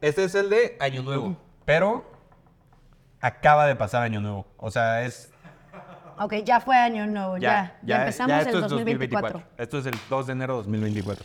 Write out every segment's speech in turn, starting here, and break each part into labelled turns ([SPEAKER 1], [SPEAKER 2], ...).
[SPEAKER 1] Este es el de Año Nuevo. Pero acaba de pasar Año Nuevo. O sea, es.
[SPEAKER 2] Ok, ya fue año nuevo, ya. Ya, empezamos
[SPEAKER 1] ya esto
[SPEAKER 2] el
[SPEAKER 1] es
[SPEAKER 2] 2024.
[SPEAKER 1] Esto es el 2 de enero de 2024.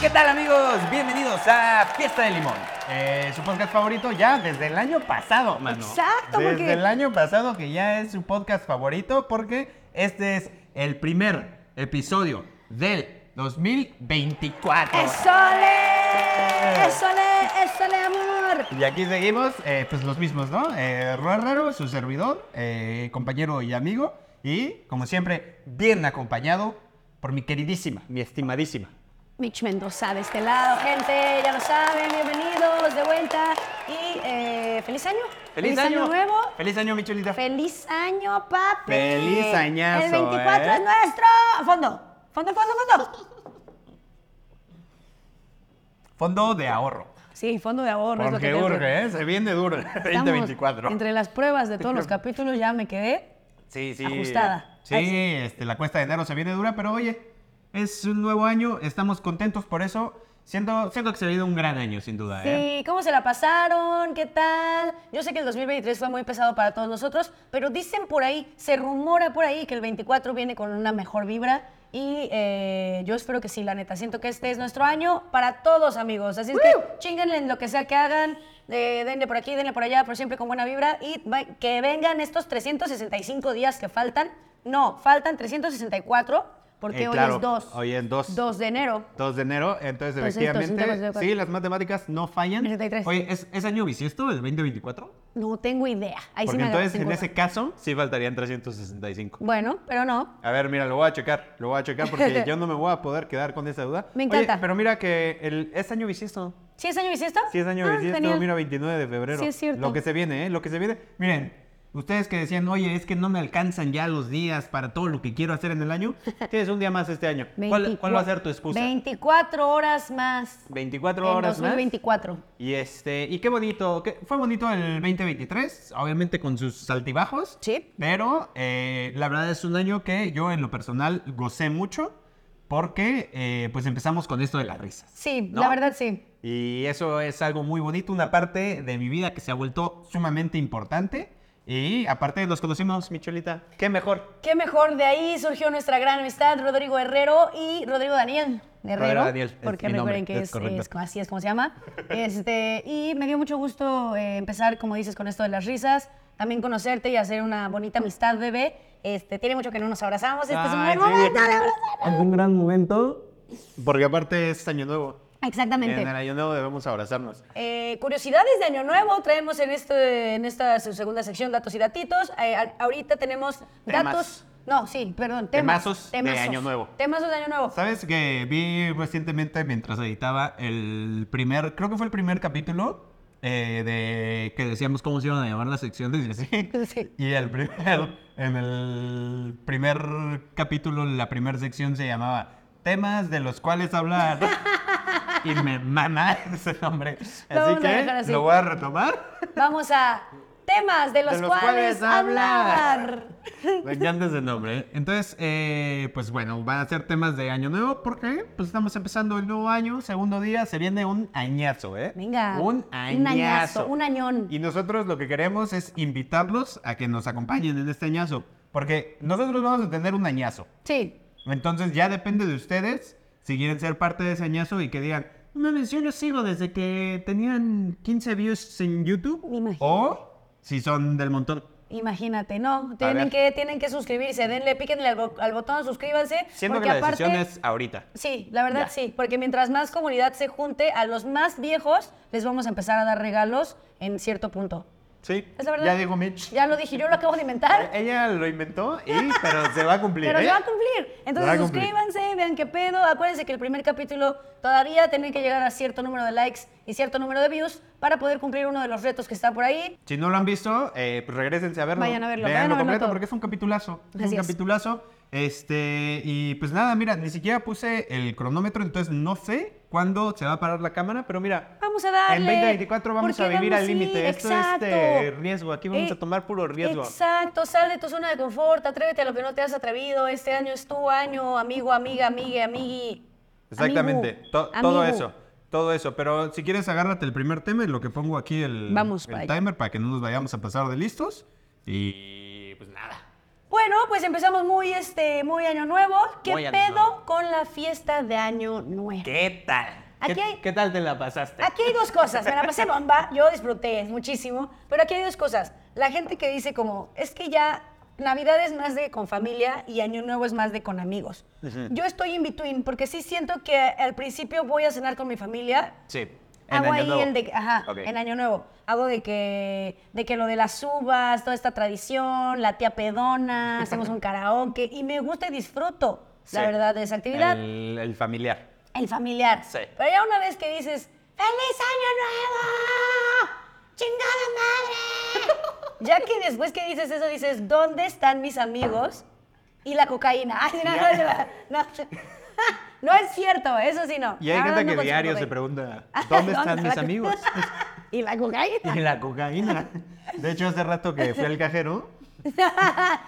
[SPEAKER 1] ¿Qué tal amigos? Bienvenidos a Fiesta de Limón. Eh, su podcast favorito ya desde el año pasado, mano.
[SPEAKER 2] Exacto,
[SPEAKER 1] Desde
[SPEAKER 2] porque-
[SPEAKER 1] el año pasado que ya es su podcast favorito porque este es el primer episodio del 2024. ¡Eh!
[SPEAKER 2] ¡Esole! ¡Esole! ¡Esole, amor!
[SPEAKER 1] Y aquí seguimos, eh, pues los mismos, ¿no? Eh, Roa Raro, su servidor, eh, compañero y amigo. Y, como siempre, bien acompañado por mi queridísima, mi estimadísima.
[SPEAKER 2] Mitch Mendoza de este lado, gente, ya lo saben, bienvenidos de vuelta y eh, feliz año. nuevo.
[SPEAKER 1] ¡Feliz año, Michelita!
[SPEAKER 2] Feliz año, papi.
[SPEAKER 1] Feliz añazo,
[SPEAKER 2] El 24
[SPEAKER 1] ¿eh?
[SPEAKER 2] es nuestro. Fondo, fondo, fondo, fondo.
[SPEAKER 1] Fondo de ahorro.
[SPEAKER 2] Sí, fondo de ahorro es lo que
[SPEAKER 1] Porque
[SPEAKER 2] tengo.
[SPEAKER 1] urge, ¿eh? Se viene duro el
[SPEAKER 2] Estamos
[SPEAKER 1] 2024.
[SPEAKER 2] Entre las pruebas de todos los capítulos ya me quedé.
[SPEAKER 1] Sí, sí.
[SPEAKER 2] Ajustada.
[SPEAKER 1] Sí,
[SPEAKER 2] Ay, sí.
[SPEAKER 1] este, la cuesta de enero se viene dura, pero oye, es un nuevo año, estamos contentos por eso. Siento, siento que se ha ido un gran año, sin duda, ¿eh?
[SPEAKER 2] Sí, ¿cómo se la pasaron? ¿Qué tal? Yo sé que el 2023 fue muy pesado para todos nosotros, pero dicen por ahí, se rumora por ahí que el 24 viene con una mejor vibra y eh, yo espero que sí, la neta. Siento que este es nuestro año para todos, amigos. Así es que chinguenle en lo que sea que hagan, eh, denle por aquí, denle por allá, pero siempre con buena vibra y va- que vengan estos 365 días que faltan. No, faltan 364 porque
[SPEAKER 1] Eh,
[SPEAKER 2] hoy
[SPEAKER 1] claro,
[SPEAKER 2] es 2.
[SPEAKER 1] hoy es 2.
[SPEAKER 2] 2 de enero.
[SPEAKER 1] 2 de enero, entonces
[SPEAKER 2] Entonces,
[SPEAKER 1] efectivamente,
[SPEAKER 2] 264.
[SPEAKER 1] sí, las matemáticas no fallan.
[SPEAKER 2] 63.
[SPEAKER 1] Oye, ¿es, es año bisiesto el 2024?
[SPEAKER 2] No tengo idea. Ahí sí
[SPEAKER 1] Porque
[SPEAKER 2] me agarras
[SPEAKER 1] entonces en
[SPEAKER 2] curva.
[SPEAKER 1] ese caso sí faltarían 365.
[SPEAKER 2] Bueno, pero no.
[SPEAKER 1] A ver, mira, lo voy a checar, lo voy a checar porque yo no me voy a poder quedar con esa duda.
[SPEAKER 2] Me
[SPEAKER 1] Oye,
[SPEAKER 2] encanta.
[SPEAKER 1] pero mira que el, es año bisiesto.
[SPEAKER 2] ¿Sí es año bisiesto?
[SPEAKER 1] Sí es año
[SPEAKER 2] Ah,
[SPEAKER 1] bisiesto,
[SPEAKER 2] genial.
[SPEAKER 1] mira 29 de febrero.
[SPEAKER 2] Sí, es cierto.
[SPEAKER 1] Lo que se viene, ¿eh? Lo que se viene. Miren, ustedes que decían, oye, es que no me alcanzan ya los días para todo lo que quiero hacer en el año, tienes un día más este año. ¿Cuál, cuál va a ser tu excusa?
[SPEAKER 2] 24 horas más.
[SPEAKER 1] 24 horas
[SPEAKER 2] en
[SPEAKER 1] más.
[SPEAKER 2] 2024.
[SPEAKER 1] Y este, y qué bonito, que fue bonito el 2023, obviamente con sus altibajos.
[SPEAKER 2] Sí.
[SPEAKER 1] Pero eh, la verdad es un año que yo en lo personal gocé mucho porque eh, pues empezamos con esto de las risas.
[SPEAKER 2] Sí,
[SPEAKER 1] ¿No?
[SPEAKER 2] la verdad sí.
[SPEAKER 1] Y eso es algo muy bonito, una parte de mi vida que se ha vuelto sumamente importante. Y aparte nos conocimos, Micholita, qué mejor.
[SPEAKER 2] Qué mejor, de ahí surgió nuestra gran amistad, Rodrigo Herrero y Rodrigo Daniel Herrero.
[SPEAKER 1] Rodrigo Daniel, es
[SPEAKER 2] porque
[SPEAKER 1] mi
[SPEAKER 2] recuerden
[SPEAKER 1] nombre,
[SPEAKER 2] que
[SPEAKER 1] es
[SPEAKER 2] es,
[SPEAKER 1] correcto.
[SPEAKER 2] es- así es como se llama. Este, y me dio mucho gusto eh, empezar, como dices, con esto de las risas, también conocerte y hacer una bonita amistad, bebé. Este, tiene mucho que no nos abrazamos, este es un
[SPEAKER 1] Ay,
[SPEAKER 2] buen
[SPEAKER 1] sí.
[SPEAKER 2] momento de abrazar.
[SPEAKER 1] Es un gran momento. Porque aparte es año nuevo.
[SPEAKER 2] Exactamente.
[SPEAKER 1] En el año nuevo debemos abrazarnos.
[SPEAKER 2] Eh, curiosidades de Año Nuevo traemos en, este, en esta su segunda sección datos y datitos. Eh, a- ahorita tenemos datos.
[SPEAKER 1] Temas.
[SPEAKER 2] No, sí, perdón.
[SPEAKER 1] Temazos
[SPEAKER 2] Temas,
[SPEAKER 1] de Año Nuevo.
[SPEAKER 2] Temazos de Año Nuevo.
[SPEAKER 1] ¿Sabes que vi recientemente mientras editaba el primer, creo que fue el primer capítulo eh, de que decíamos cómo se iban a llamar las secciones y así?
[SPEAKER 2] Sí.
[SPEAKER 1] Y el primer, en el primer capítulo, la primera sección se llamaba Temas de los cuales hablar. y me mana ese nombre.
[SPEAKER 2] Lo
[SPEAKER 1] Así
[SPEAKER 2] vamos a
[SPEAKER 1] que
[SPEAKER 2] dejar así.
[SPEAKER 1] lo voy a retomar.
[SPEAKER 2] Vamos a temas de los,
[SPEAKER 1] De los
[SPEAKER 2] cuales,
[SPEAKER 1] cuales hablar.
[SPEAKER 2] hablar.
[SPEAKER 1] Me encanta ese nombre. ¿eh? Entonces, eh, pues bueno, van a ser temas de año nuevo porque pues estamos empezando el nuevo año, segundo día, se viene un añazo, ¿eh?
[SPEAKER 2] Venga.
[SPEAKER 1] Un añazo.
[SPEAKER 2] Un añazo, un añón.
[SPEAKER 1] Y nosotros lo que queremos es invitarlos a que nos acompañen en este añazo, porque nosotros vamos a tener un añazo.
[SPEAKER 2] Sí.
[SPEAKER 1] Entonces ya depende de ustedes si quieren ser parte de ese añazo y que digan, no mames, yo los sigo desde que tenían 15 views en YouTube.
[SPEAKER 2] Me imagino.
[SPEAKER 1] O si son del montón.
[SPEAKER 2] Imagínate, no. Tienen
[SPEAKER 1] ver.
[SPEAKER 2] que, tienen que suscribirse. Denle, píquenle al, bo- al botón, suscríbanse.
[SPEAKER 1] Siento
[SPEAKER 2] porque
[SPEAKER 1] que la
[SPEAKER 2] aparte-
[SPEAKER 1] decisión es ahorita.
[SPEAKER 2] Sí, la verdad
[SPEAKER 1] Ya.
[SPEAKER 2] sí, porque mientras más comunidad se junte, a los más viejos les vamos a empezar a dar regalos en cierto punto.
[SPEAKER 1] Sí,
[SPEAKER 2] Es la verdad.
[SPEAKER 1] ya dijo Mitch. Eh,
[SPEAKER 2] Ya lo dije, yo lo acabo de inventar,
[SPEAKER 1] Ella lo inventó, y, pero se va a cumplir.
[SPEAKER 2] pero
[SPEAKER 1] ¿eh?
[SPEAKER 2] se va a cumplir. Entonces
[SPEAKER 1] va a cumplir.
[SPEAKER 2] suscríbanse, vean qué pedo. Acuérdense que el primer capítulo todavía tiene que llegar a cierto número de likes y cierto número de views para poder cumplir uno de los retos que está por ahí.
[SPEAKER 1] Si no lo han visto, eh, pues regresense a verlo.
[SPEAKER 2] Vayan a verlo,
[SPEAKER 1] Véanlo
[SPEAKER 2] vayan a verlo
[SPEAKER 1] completo
[SPEAKER 2] todo.
[SPEAKER 1] porque es un capitulazo. Es
[SPEAKER 2] Así
[SPEAKER 1] un
[SPEAKER 2] es.
[SPEAKER 1] capitulazo. Este, y pues nada, mira, ni siquiera puse el cronómetro, entonces no sé cuándo se va a parar la cámara, pero mira,
[SPEAKER 2] Vamos a darle.
[SPEAKER 1] en 2024 vamos
[SPEAKER 2] porque
[SPEAKER 1] a vivir
[SPEAKER 2] vamos
[SPEAKER 1] al
[SPEAKER 2] ir,
[SPEAKER 1] límite. Esto es
[SPEAKER 2] exacto.
[SPEAKER 1] este riesgo, aquí vamos
[SPEAKER 2] Eh,
[SPEAKER 1] a tomar puro riesgo.
[SPEAKER 2] Exacto, sal de tu zona de confort, atrévete a lo que no te has atrevido. Este año es tu año, amigo, amiga, amigue, amigui.
[SPEAKER 1] Exactamente,
[SPEAKER 2] Amigu,
[SPEAKER 1] to- todo
[SPEAKER 2] amigo.
[SPEAKER 1] eso, todo eso. Pero si quieres, agárrate el primer tema y lo que pongo aquí el,
[SPEAKER 2] Vamos
[SPEAKER 1] el
[SPEAKER 2] para allá.
[SPEAKER 1] timer para que no nos vayamos a pasar de listos. Y pues nada.
[SPEAKER 2] Bueno, pues empezamos muy este muy año nuevo. ¿Qué
[SPEAKER 3] Muy año
[SPEAKER 2] pedo
[SPEAKER 3] nuevo.
[SPEAKER 2] con la fiesta de año nuevo?
[SPEAKER 3] ¿Qué tal?
[SPEAKER 2] Aquí
[SPEAKER 3] ¿Qué,
[SPEAKER 2] hay-
[SPEAKER 3] qué tal te la pasaste?
[SPEAKER 2] Aquí hay dos cosas, me la pasé bomba, yo disfruté muchísimo, pero aquí hay dos cosas. La gente que dice como, es que ya Navidad es más de con familia y Año Nuevo es más de con amigos. Yo estoy in between porque sí siento que al principio voy a cenar con mi familia,
[SPEAKER 3] Sí. en
[SPEAKER 2] Hago
[SPEAKER 3] Año
[SPEAKER 2] ahí
[SPEAKER 3] Nuevo.
[SPEAKER 2] el de, ajá,
[SPEAKER 3] Ok.
[SPEAKER 2] en Año Nuevo. Hago de que, de que lo de las uvas, toda esta tradición, la tía pedona, hacemos un karaoke y me gusta y disfruto, la
[SPEAKER 3] Sí.
[SPEAKER 2] verdad, de esa actividad. El,
[SPEAKER 3] El, el familiar.
[SPEAKER 2] familiar.
[SPEAKER 3] Sí.
[SPEAKER 2] Pero ya una vez que dices, ¡Feliz Año Nuevo! ¡Chingada madre! ya que después que dices eso dices, ¿dónde están mis amigos? Y la cocaína. Ay, no, no, no, no. No es cierto, eso sí no.
[SPEAKER 3] Y hay
[SPEAKER 2] La verdad, no
[SPEAKER 3] gente que
[SPEAKER 2] consumo
[SPEAKER 3] diario se
[SPEAKER 2] cocaína.
[SPEAKER 3] pregunta, ¿dónde están mis
[SPEAKER 2] la-
[SPEAKER 3] amigos?
[SPEAKER 2] y la cocaína.
[SPEAKER 3] Y la cocaína.
[SPEAKER 1] De hecho, hace rato que fui al cajero,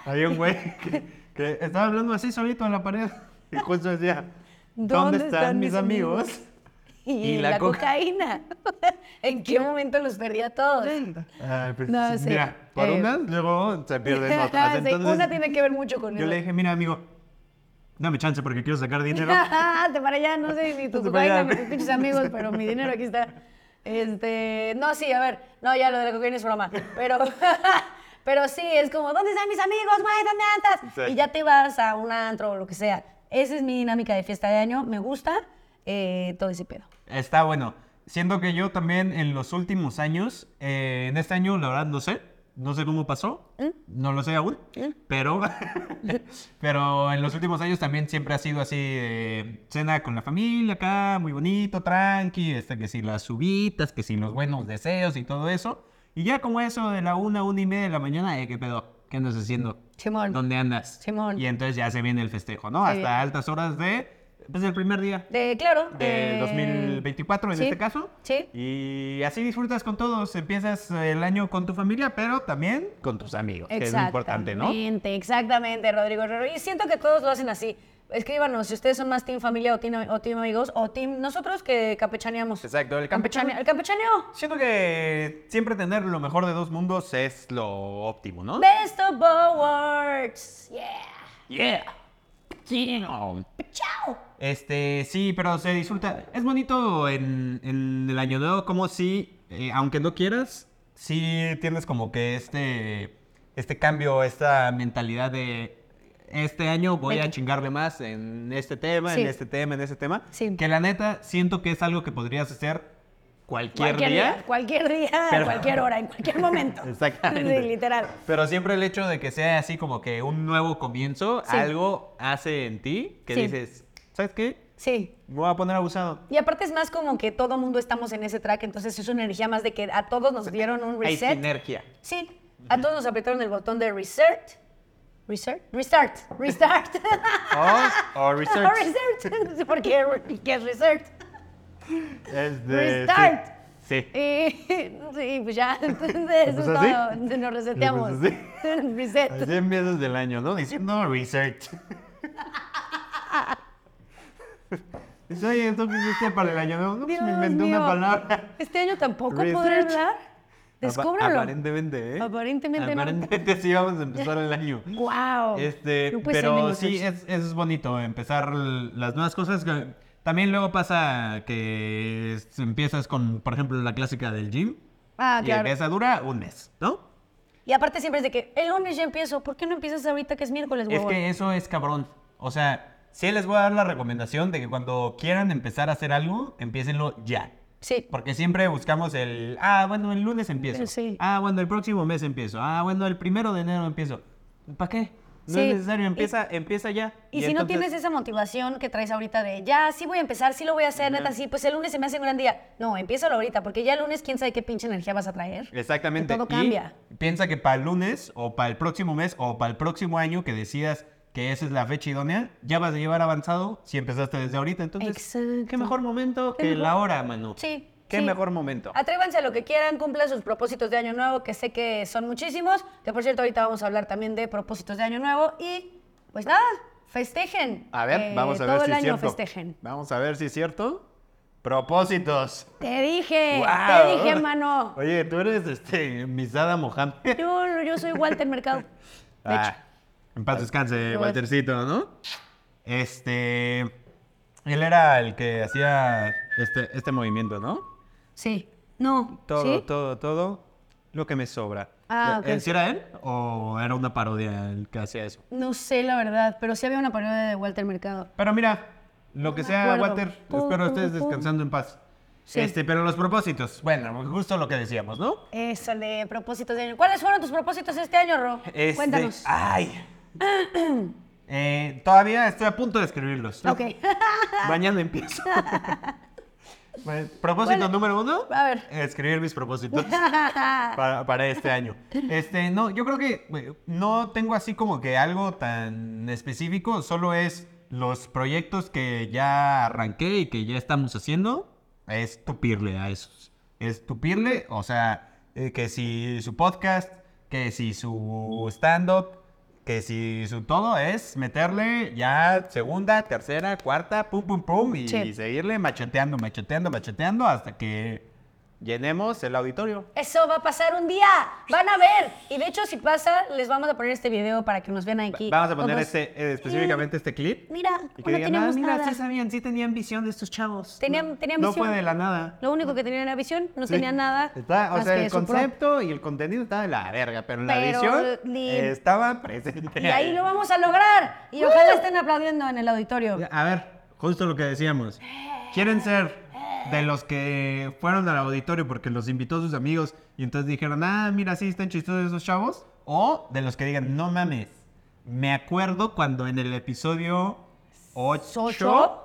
[SPEAKER 1] había un güey que, que estaba hablando así solito en la pared y justo decía, ¿dónde, están, mis amigos?
[SPEAKER 2] Y,
[SPEAKER 3] Y
[SPEAKER 2] la,
[SPEAKER 3] la coca-
[SPEAKER 2] cocaína. ¿En qué momento los perdí a todos?
[SPEAKER 1] Ay, pues,
[SPEAKER 2] No, sí.
[SPEAKER 1] Mira, por
[SPEAKER 2] Eh, Ah,
[SPEAKER 1] unas, luego se pierden otras.
[SPEAKER 2] Sí,
[SPEAKER 1] Entonces,
[SPEAKER 2] Una tiene que ver mucho con
[SPEAKER 1] yo
[SPEAKER 2] eso.
[SPEAKER 1] le dije, mira, amigo, dame chance porque quiero sacar dinero.
[SPEAKER 2] Te Ah, para allá, no sé ni tu
[SPEAKER 1] Hazte para
[SPEAKER 2] cocaína,
[SPEAKER 1] allá.
[SPEAKER 2] ni tus pinches amigos, pero mi dinero aquí está. Este, no, sí, a ver, no, ya lo de la cocaína es broma, pero, pero sí, es como, ¿dónde están mis amigos, güey? ¿Dónde andas?
[SPEAKER 3] Exacto.
[SPEAKER 2] Y ya te vas a un antro o lo que sea. Esa es mi dinámica de fiesta de año, me gusta eh, todo ese pedo.
[SPEAKER 1] Está bueno. Siendo que yo también en los últimos años, eh, en este año, la verdad, no sé. No sé cómo pasó. No lo sé aún. Pero, pero en los últimos años también siempre ha sido así: eh, cena con la familia acá, muy bonito, tranqui. Este, que si las uvitas, que si los buenos deseos y todo eso. Y ya como eso de la una, una y media de la mañana, eh, ¿qué pedo? ¿Qué andas haciendo?
[SPEAKER 2] Simón.
[SPEAKER 1] ¿Dónde andas?
[SPEAKER 2] Simón.
[SPEAKER 1] Y entonces ya se viene el festejo, ¿no?
[SPEAKER 2] Sí.
[SPEAKER 1] Hasta altas horas de. Pues el primer día
[SPEAKER 2] De, claro.
[SPEAKER 1] de
[SPEAKER 2] eh,
[SPEAKER 1] 2024 en
[SPEAKER 2] sí,
[SPEAKER 1] este caso.
[SPEAKER 2] Sí.
[SPEAKER 1] Y así disfrutas con todos. Empiezas el año con tu familia, pero también con tus amigos, que es lo importante, ¿no?
[SPEAKER 2] Exactamente, exactamente, Rodrigo. Y siento que todos lo hacen así. Escríbanos si ustedes son más team familia o team, o team amigos o team nosotros que campechaneamos.
[SPEAKER 1] Exacto, el
[SPEAKER 2] Campechaneo.
[SPEAKER 1] campechano.
[SPEAKER 2] El campechaneo.
[SPEAKER 1] Siento que siempre tener lo mejor de dos mundos es lo óptimo, ¿no?
[SPEAKER 2] Best of both worlds. Yeah.
[SPEAKER 3] Yeah. Yeah.
[SPEAKER 2] Chao.
[SPEAKER 1] Este, sí, pero se disfruta. Es bonito en, en el año nuevo como si, eh, aunque no quieras, sí tienes como que este, este cambio, esta mentalidad de este año voy a chingarle más en este tema,
[SPEAKER 2] Sí.
[SPEAKER 1] en este tema, en este tema.
[SPEAKER 2] Sí.
[SPEAKER 1] Que la neta siento que es algo que podrías hacer cualquier, día.
[SPEAKER 2] Cualquier día,
[SPEAKER 1] Pero-
[SPEAKER 2] cualquier hora, en cualquier momento.
[SPEAKER 1] Exactamente.
[SPEAKER 2] Sí, literal.
[SPEAKER 1] Pero siempre el hecho de que sea así como que un nuevo comienzo,
[SPEAKER 2] Sí.
[SPEAKER 1] algo hace en ti que
[SPEAKER 2] Sí.
[SPEAKER 1] dices, ¿sabes qué?
[SPEAKER 2] Sí.
[SPEAKER 1] Me voy a poner abusado.
[SPEAKER 2] Y aparte es más como que todo mundo estamos en ese track, entonces es una energía más de que a todos nos dieron un
[SPEAKER 1] Hay
[SPEAKER 2] reset.
[SPEAKER 1] sinergia.
[SPEAKER 2] Sí, a todos nos apretaron el botón de reset. Reset. Restart. Restart.
[SPEAKER 1] O, o Oh, research.
[SPEAKER 2] O research. Porque ¿qué es research.
[SPEAKER 1] Es
[SPEAKER 2] Restart.
[SPEAKER 1] Este, Sí. sí.
[SPEAKER 2] Y, sí, pues ya, entonces eso
[SPEAKER 1] Pues
[SPEAKER 2] es
[SPEAKER 1] así.
[SPEAKER 2] todo. Nos reseteamos.
[SPEAKER 1] Pues
[SPEAKER 2] Reset.
[SPEAKER 1] Así empiezas del año, ¿no? Diciendo research. Dices, Oye, ¿esto qué hiciste para el año? No, no, pues me
[SPEAKER 2] Dios
[SPEAKER 1] inventé
[SPEAKER 2] mío.
[SPEAKER 1] una palabra.
[SPEAKER 2] Este año tampoco
[SPEAKER 1] Research.
[SPEAKER 2] podré hablar.
[SPEAKER 1] Apa-
[SPEAKER 2] Descúbralo.
[SPEAKER 1] Aparentemente, ¿eh?
[SPEAKER 2] Aparentemente no.
[SPEAKER 1] Aparentemente sí vamos a empezar el año.
[SPEAKER 2] Wow.
[SPEAKER 1] Este,
[SPEAKER 2] No puede ser
[SPEAKER 1] pero
[SPEAKER 2] menos
[SPEAKER 1] sí,
[SPEAKER 2] research.
[SPEAKER 1] es, es bonito empezar l- las nuevas cosas. que- También luego pasa que es- empiezas con, por ejemplo, la clásica del gym.
[SPEAKER 2] Ah,
[SPEAKER 1] y
[SPEAKER 2] claro.
[SPEAKER 1] esa dura un mes, ¿no?
[SPEAKER 2] Y aparte siempre es de que el lunes ya empiezo. ¿Por qué no empiezas ahorita que es miércoles,
[SPEAKER 1] Es
[SPEAKER 2] huevón?
[SPEAKER 1] que eso es cabrón. O sea, sí les voy a dar la recomendación de que cuando quieran empezar a hacer algo, empiecenlo ya.
[SPEAKER 2] Sí.
[SPEAKER 1] Porque siempre buscamos el, ah, bueno, el lunes empiezo.
[SPEAKER 2] Sí.
[SPEAKER 1] Ah, bueno, el próximo mes empiezo. Ah, bueno, el primero de enero empiezo. ¿Para qué? No
[SPEAKER 2] Sí.
[SPEAKER 1] es necesario, empieza, empieza ya.
[SPEAKER 2] Y, si no
[SPEAKER 1] entonces-
[SPEAKER 2] tienes esa motivación que traes ahorita de ya, sí voy a empezar, sí lo voy a hacer, neta, sí, pues el lunes se me hace un gran día. No, empiézalo ahorita, porque ya el lunes quién sabe qué pinche energía vas a traer.
[SPEAKER 1] Exactamente.
[SPEAKER 2] Que todo
[SPEAKER 1] Y
[SPEAKER 2] cambia.
[SPEAKER 1] piensa que para el lunes o para el próximo mes o para el próximo año que decidas que esa es la fecha idónea, ya vas a llevar avanzado si empezaste desde ahorita. Entonces,
[SPEAKER 2] Exacto.
[SPEAKER 1] qué mejor momento
[SPEAKER 2] Qué
[SPEAKER 1] que
[SPEAKER 2] mejor-
[SPEAKER 1] la hora, Manu.
[SPEAKER 2] Sí.
[SPEAKER 1] Qué
[SPEAKER 2] sí.
[SPEAKER 1] mejor momento.
[SPEAKER 2] Atrévanse a lo que quieran, cumplan sus propósitos de Año Nuevo, que sé que son muchísimos. Que por cierto, ahorita vamos a hablar también de propósitos de Año Nuevo. Y pues nada, festejen.
[SPEAKER 3] A ver,
[SPEAKER 2] Eh,
[SPEAKER 3] vamos a ver
[SPEAKER 2] Todo el
[SPEAKER 3] si es
[SPEAKER 2] año
[SPEAKER 3] cierto.
[SPEAKER 2] festejen.
[SPEAKER 3] Vamos a ver si es cierto. Propósitos.
[SPEAKER 2] Te dije,
[SPEAKER 3] Guau.
[SPEAKER 2] Eh, te dije, hermano.
[SPEAKER 1] Oye, tú eres este, Misada Mohamed.
[SPEAKER 2] Yo, yo soy Walter Mercado. De hecho.
[SPEAKER 3] Ah,
[SPEAKER 1] En paz descanse,
[SPEAKER 2] Qué bueno.
[SPEAKER 1] Waltercito, ¿no? Este. Él era el que hacía este, este movimiento, ¿no?
[SPEAKER 2] Sí. No.
[SPEAKER 1] Todo,
[SPEAKER 2] ¿sí?
[SPEAKER 1] todo, todo lo que me sobra.
[SPEAKER 2] Ah,
[SPEAKER 1] ¿Eh,
[SPEAKER 2] ok.
[SPEAKER 1] ¿Sí era él o era una parodia el que hacía eso?
[SPEAKER 2] No sé la verdad, pero sí había una parodia de Walter Mercado.
[SPEAKER 1] Pero mira, lo que
[SPEAKER 2] me
[SPEAKER 1] sea,
[SPEAKER 2] acuerdo.
[SPEAKER 1] Walter,
[SPEAKER 2] Pum,
[SPEAKER 1] espero
[SPEAKER 2] pum,
[SPEAKER 1] estés
[SPEAKER 2] pum.
[SPEAKER 1] descansando en paz.
[SPEAKER 2] Sí.
[SPEAKER 1] Este, pero los propósitos, bueno, justo lo que decíamos, ¿no?
[SPEAKER 2] Eso, el de propósitos de año. ¿Cuáles fueron tus propósitos este año, Ro?
[SPEAKER 1] Este,
[SPEAKER 2] Cuéntanos.
[SPEAKER 3] ah,
[SPEAKER 1] Ay. Eh, todavía estoy a punto de escribirlos.
[SPEAKER 2] Ok.
[SPEAKER 1] Mañana empiezo. Bueno, propósito
[SPEAKER 2] Bueno,
[SPEAKER 1] número uno.
[SPEAKER 2] a ver.
[SPEAKER 1] Escribir mis propósitos para, para este año. Este, no, yo creo que güey, no tengo así como que algo tan específico. Solo es los proyectos que ya arranqué y que ya estamos haciendo. Es tupirle a esos. Es tupirle, o sea, eh, que si su podcast, que si su stand-up, que si su todo es meterle ya segunda, tercera, cuarta, pum, pum, pum, y
[SPEAKER 2] Sí.
[SPEAKER 1] seguirle macheteando, macheteando, macheteando hasta que...
[SPEAKER 3] llenemos el auditorio.
[SPEAKER 2] Eso va a pasar un día. Van a ver. Y de hecho, si pasa, les vamos a poner este video para que nos vean aquí.
[SPEAKER 3] Vamos a poner
[SPEAKER 2] todos.
[SPEAKER 3] este, eh, específicamente este clip.
[SPEAKER 2] Mira,
[SPEAKER 3] Y
[SPEAKER 2] no
[SPEAKER 3] que digan, ah,
[SPEAKER 2] teníamos
[SPEAKER 3] mira,
[SPEAKER 2] nada.
[SPEAKER 3] sí sabían, sí tenían visión de estos chavos.
[SPEAKER 2] Tenían, tenían
[SPEAKER 1] No
[SPEAKER 2] visión.
[SPEAKER 1] fue de la nada.
[SPEAKER 2] Lo único que tenían era visión, no
[SPEAKER 3] Sí.
[SPEAKER 2] tenían nada.
[SPEAKER 3] Está- o
[SPEAKER 2] más
[SPEAKER 3] sea,
[SPEAKER 2] que
[SPEAKER 3] el
[SPEAKER 2] su pro-
[SPEAKER 3] concepto y el contenido estaba de la verga, pero en
[SPEAKER 2] Pero,
[SPEAKER 3] la visión
[SPEAKER 2] ni-
[SPEAKER 3] eh, estaba presente.
[SPEAKER 2] Y ahí lo vamos a lograr. Y ojalá estén aplaudiendo en el auditorio.
[SPEAKER 1] A ver, justo lo que decíamos. Quieren ser de los que fueron al auditorio porque los invitó sus amigos y entonces dijeron, ah, mira, sí, están chistosos esos chavos. O de los que digan, no mames, me acuerdo cuando en el episodio 8
[SPEAKER 2] ¿Ocho?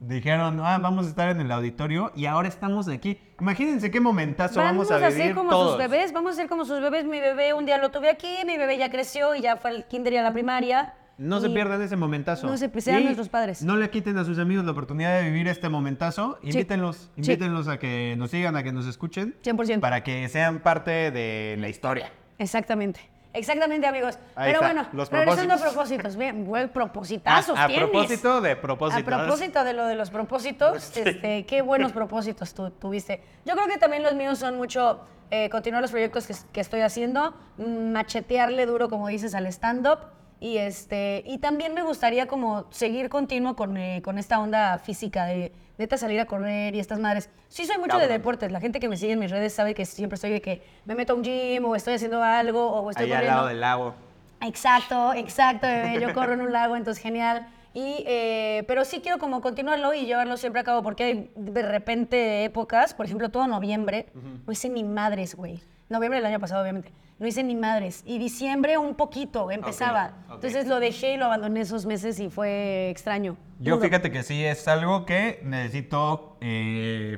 [SPEAKER 1] dijeron, ah, vamos a estar en el auditorio y ahora estamos aquí. Imagínense qué momentazo vamos, a vivir
[SPEAKER 2] ser como sus
[SPEAKER 1] todos.
[SPEAKER 2] bebés, vamos a ser como sus bebés. Mi bebé un día lo tuve aquí, mi bebé ya creció y ya fue al kinder y a la primaria.
[SPEAKER 1] No se
[SPEAKER 2] Y-
[SPEAKER 1] pierdan ese momentazo.
[SPEAKER 2] No se sean
[SPEAKER 1] Y
[SPEAKER 2] nuestros padres.
[SPEAKER 1] No le quiten a sus amigos la oportunidad de vivir este momentazo. Invítenlos. Invítenlos a que nos sigan, a que nos escuchen.
[SPEAKER 2] 100%.
[SPEAKER 1] Para que sean parte de la historia.
[SPEAKER 2] Exactamente. Exactamente, amigos.
[SPEAKER 3] Ahí
[SPEAKER 2] Pero
[SPEAKER 3] está,
[SPEAKER 2] bueno,
[SPEAKER 3] los
[SPEAKER 2] regresando a propósitos. Bien, buen propositazos
[SPEAKER 3] a, a
[SPEAKER 2] tienes.
[SPEAKER 3] propósito de
[SPEAKER 2] A
[SPEAKER 3] propósitos.
[SPEAKER 2] propósito de lo de los propósitos, este, qué buenos propósitos tú tuviste. Yo creo que también los míos son mucho eh, continuar los proyectos que, que estoy haciendo, mm, machetearle duro, como dices, al stand-up. Y, este, y también me gustaría como seguir continuo con, eh, con esta onda física de neta salir a correr y estas madres. Sí soy mucho de
[SPEAKER 3] Cabrón.
[SPEAKER 2] deportes. La gente que me sigue en mis redes sabe que siempre soy de que me meto a un gym o estoy haciendo algo o estoy
[SPEAKER 3] Ahí al
[SPEAKER 2] corriendo.
[SPEAKER 3] lado del lago.
[SPEAKER 2] Exacto, exacto, bebé. Yo corro en un lago, entonces genial. Y, eh, pero sí quiero como continuarlo y llevarlo siempre a cabo porque hay de repente épocas, por ejemplo, todo noviembre, no hice ni madres, güey. Noviembre del año pasado, obviamente. No hice ni madres. Y diciembre un poquito empezaba.
[SPEAKER 3] ok.
[SPEAKER 2] Entonces lo dejé y lo abandoné esos meses y fue extraño.
[SPEAKER 1] Yo
[SPEAKER 2] Duro.
[SPEAKER 1] fíjate que sí es algo que necesito eh,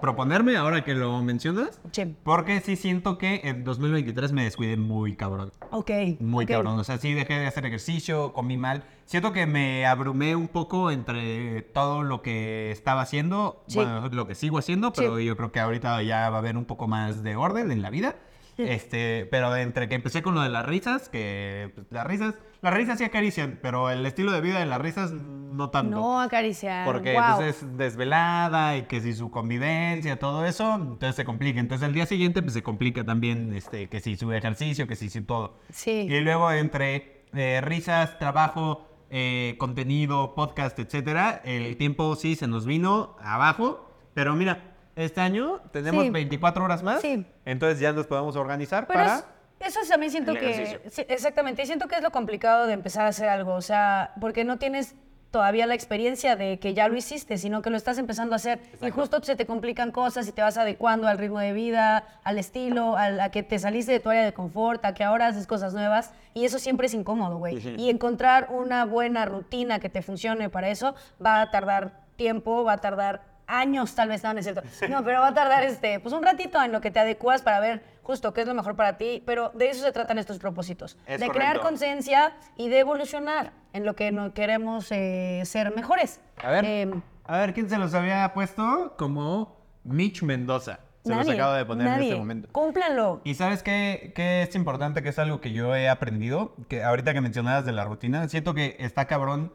[SPEAKER 1] proponerme ahora que lo mencionas.
[SPEAKER 2] Che,
[SPEAKER 1] Porque sí siento que en 2023 me descuidé muy cabrón.
[SPEAKER 2] ok.
[SPEAKER 1] Muy
[SPEAKER 2] ok.
[SPEAKER 1] cabrón. O sea, sí dejé de hacer ejercicio, comí mal. Siento que me abrumé un poco entre todo lo que estaba haciendo,
[SPEAKER 2] Sí.
[SPEAKER 1] bueno, lo que sigo haciendo, pero yo creo que ahorita ya va a haber un poco más de orden en la vida. Este, pero entre que empecé con lo de las risas, que pues, las risas, las risas sí acarician, pero el estilo de vida de las risas no tanto.
[SPEAKER 2] No acariciar.
[SPEAKER 1] Porque pues,
[SPEAKER 2] guau.
[SPEAKER 1] entonces desvelada y que si su convivencia, todo eso, entonces se complica. Entonces al día siguiente pues se complica también este, que si su ejercicio, que si su todo.
[SPEAKER 2] Sí.
[SPEAKER 1] Y luego entre eh, risas, trabajo, eh, contenido, podcast, etcétera, el tiempo sí se nos vino abajo. Pero mira, este año tenemos
[SPEAKER 2] Sí.
[SPEAKER 1] 24 horas más.
[SPEAKER 2] Sí.
[SPEAKER 3] Entonces ya nos podemos organizar
[SPEAKER 2] Pero
[SPEAKER 3] para...
[SPEAKER 2] es- eso también siento
[SPEAKER 3] el
[SPEAKER 2] que...
[SPEAKER 3] ejercicio.
[SPEAKER 2] sí, exactamente, y siento que es lo complicado de empezar a hacer algo, o sea, porque no tienes todavía la experiencia de que ya lo hiciste, sino que lo estás empezando a hacer y justo se te complican cosas y te vas adecuando al ritmo de vida, al estilo, al- a que te saliste de tu área de confort, a que ahora haces cosas nuevas y eso siempre es incómodo, güey.
[SPEAKER 3] Ujú.
[SPEAKER 2] Y encontrar una buena rutina que te funcione para eso va a tardar tiempo, va a tardar años tal vez, no, no es cierto. No, pero va a tardar este, pues un ratito en lo que te adecuas para ver justo qué es lo mejor para ti, pero de eso se tratan estos propósitos,
[SPEAKER 3] Es
[SPEAKER 2] de crear
[SPEAKER 3] correcto.
[SPEAKER 2] conciencia y de evolucionar en lo que no queremos eh, ser mejores.
[SPEAKER 1] A ver.
[SPEAKER 2] Em,
[SPEAKER 1] A ver, ¿quién se los había puesto? Como Mitch Mendoza.
[SPEAKER 3] Se los
[SPEAKER 2] nadie,
[SPEAKER 3] acabo de poner en
[SPEAKER 2] nadie.
[SPEAKER 3] este momento.
[SPEAKER 2] Cúmplanlo.
[SPEAKER 1] ¿Y sabes qué, qué es importante? Que es algo que yo he aprendido. Que ahorita que mencionabas de la rutina, siento que está cabrón.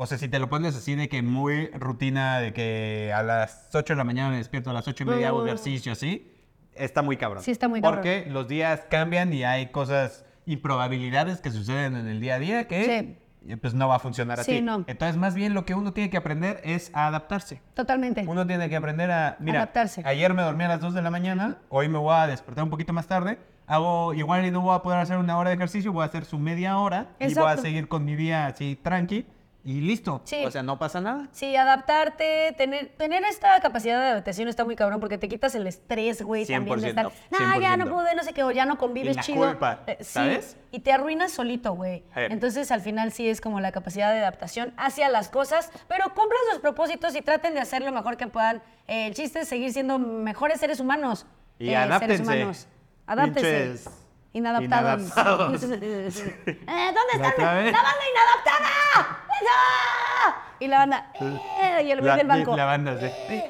[SPEAKER 1] O sea, si te lo pones así de que muy rutina, de que a las 8 de la mañana me despierto, a las 8 y media hago ejercicio, así.
[SPEAKER 3] Está muy cabrón.
[SPEAKER 2] Mm. Sí, está muy cabrón.
[SPEAKER 1] Porque los días cambian y hay cosas y probabilidades que suceden en el día a día que eh, pues no va a funcionar así.
[SPEAKER 2] Sí, no.
[SPEAKER 1] Entonces, más bien lo que uno tiene que aprender es a adaptarse.
[SPEAKER 2] Totalmente.
[SPEAKER 1] Uno tiene que aprender a, mira,
[SPEAKER 2] Eh. Adaptarse.
[SPEAKER 1] ayer me dormí a las 2 de la mañana, hoy me voy a despertar un poquito más tarde, hago, igual y no voy a poder hacer una hora de ejercicio, voy a hacer su media hora y voy a
[SPEAKER 2] Exacto.
[SPEAKER 1] seguir con mi día así tranqui y listo.
[SPEAKER 2] Sí.
[SPEAKER 3] O sea, no pasa nada.
[SPEAKER 2] Sí, adaptarte, tener, tener esta capacidad de adaptación está muy cabrón porque te quitas el estrés, güey, también de estar.
[SPEAKER 3] 100%,
[SPEAKER 2] No, ya no
[SPEAKER 3] 100%.
[SPEAKER 2] pude, no sé qué, o ya no convives
[SPEAKER 3] Y la
[SPEAKER 2] chido.
[SPEAKER 3] culpa,
[SPEAKER 2] Eh, sí,
[SPEAKER 3] ¿sabes?
[SPEAKER 2] y te arruinas solito, güey.
[SPEAKER 3] Sí.
[SPEAKER 2] Entonces, al final sí es como la capacidad de adaptación hacia las cosas, pero cumplan sus propósitos y traten de hacer lo mejor que puedan. Eh, el chiste es seguir siendo mejores seres humanos. Eh,
[SPEAKER 3] Y
[SPEAKER 2] seres
[SPEAKER 3] adáptense,
[SPEAKER 2] humanos. Adáptense.
[SPEAKER 3] pinches
[SPEAKER 2] Inadaptados.
[SPEAKER 3] inadaptados.
[SPEAKER 2] Eh, ¿Dónde
[SPEAKER 1] La
[SPEAKER 2] están?
[SPEAKER 1] otra vez.
[SPEAKER 2] ¡La banda inadaptada! ¡Ah! Y la banda. ¡eh! Y el güey
[SPEAKER 1] La-
[SPEAKER 2] del banco.
[SPEAKER 1] La banda, sí.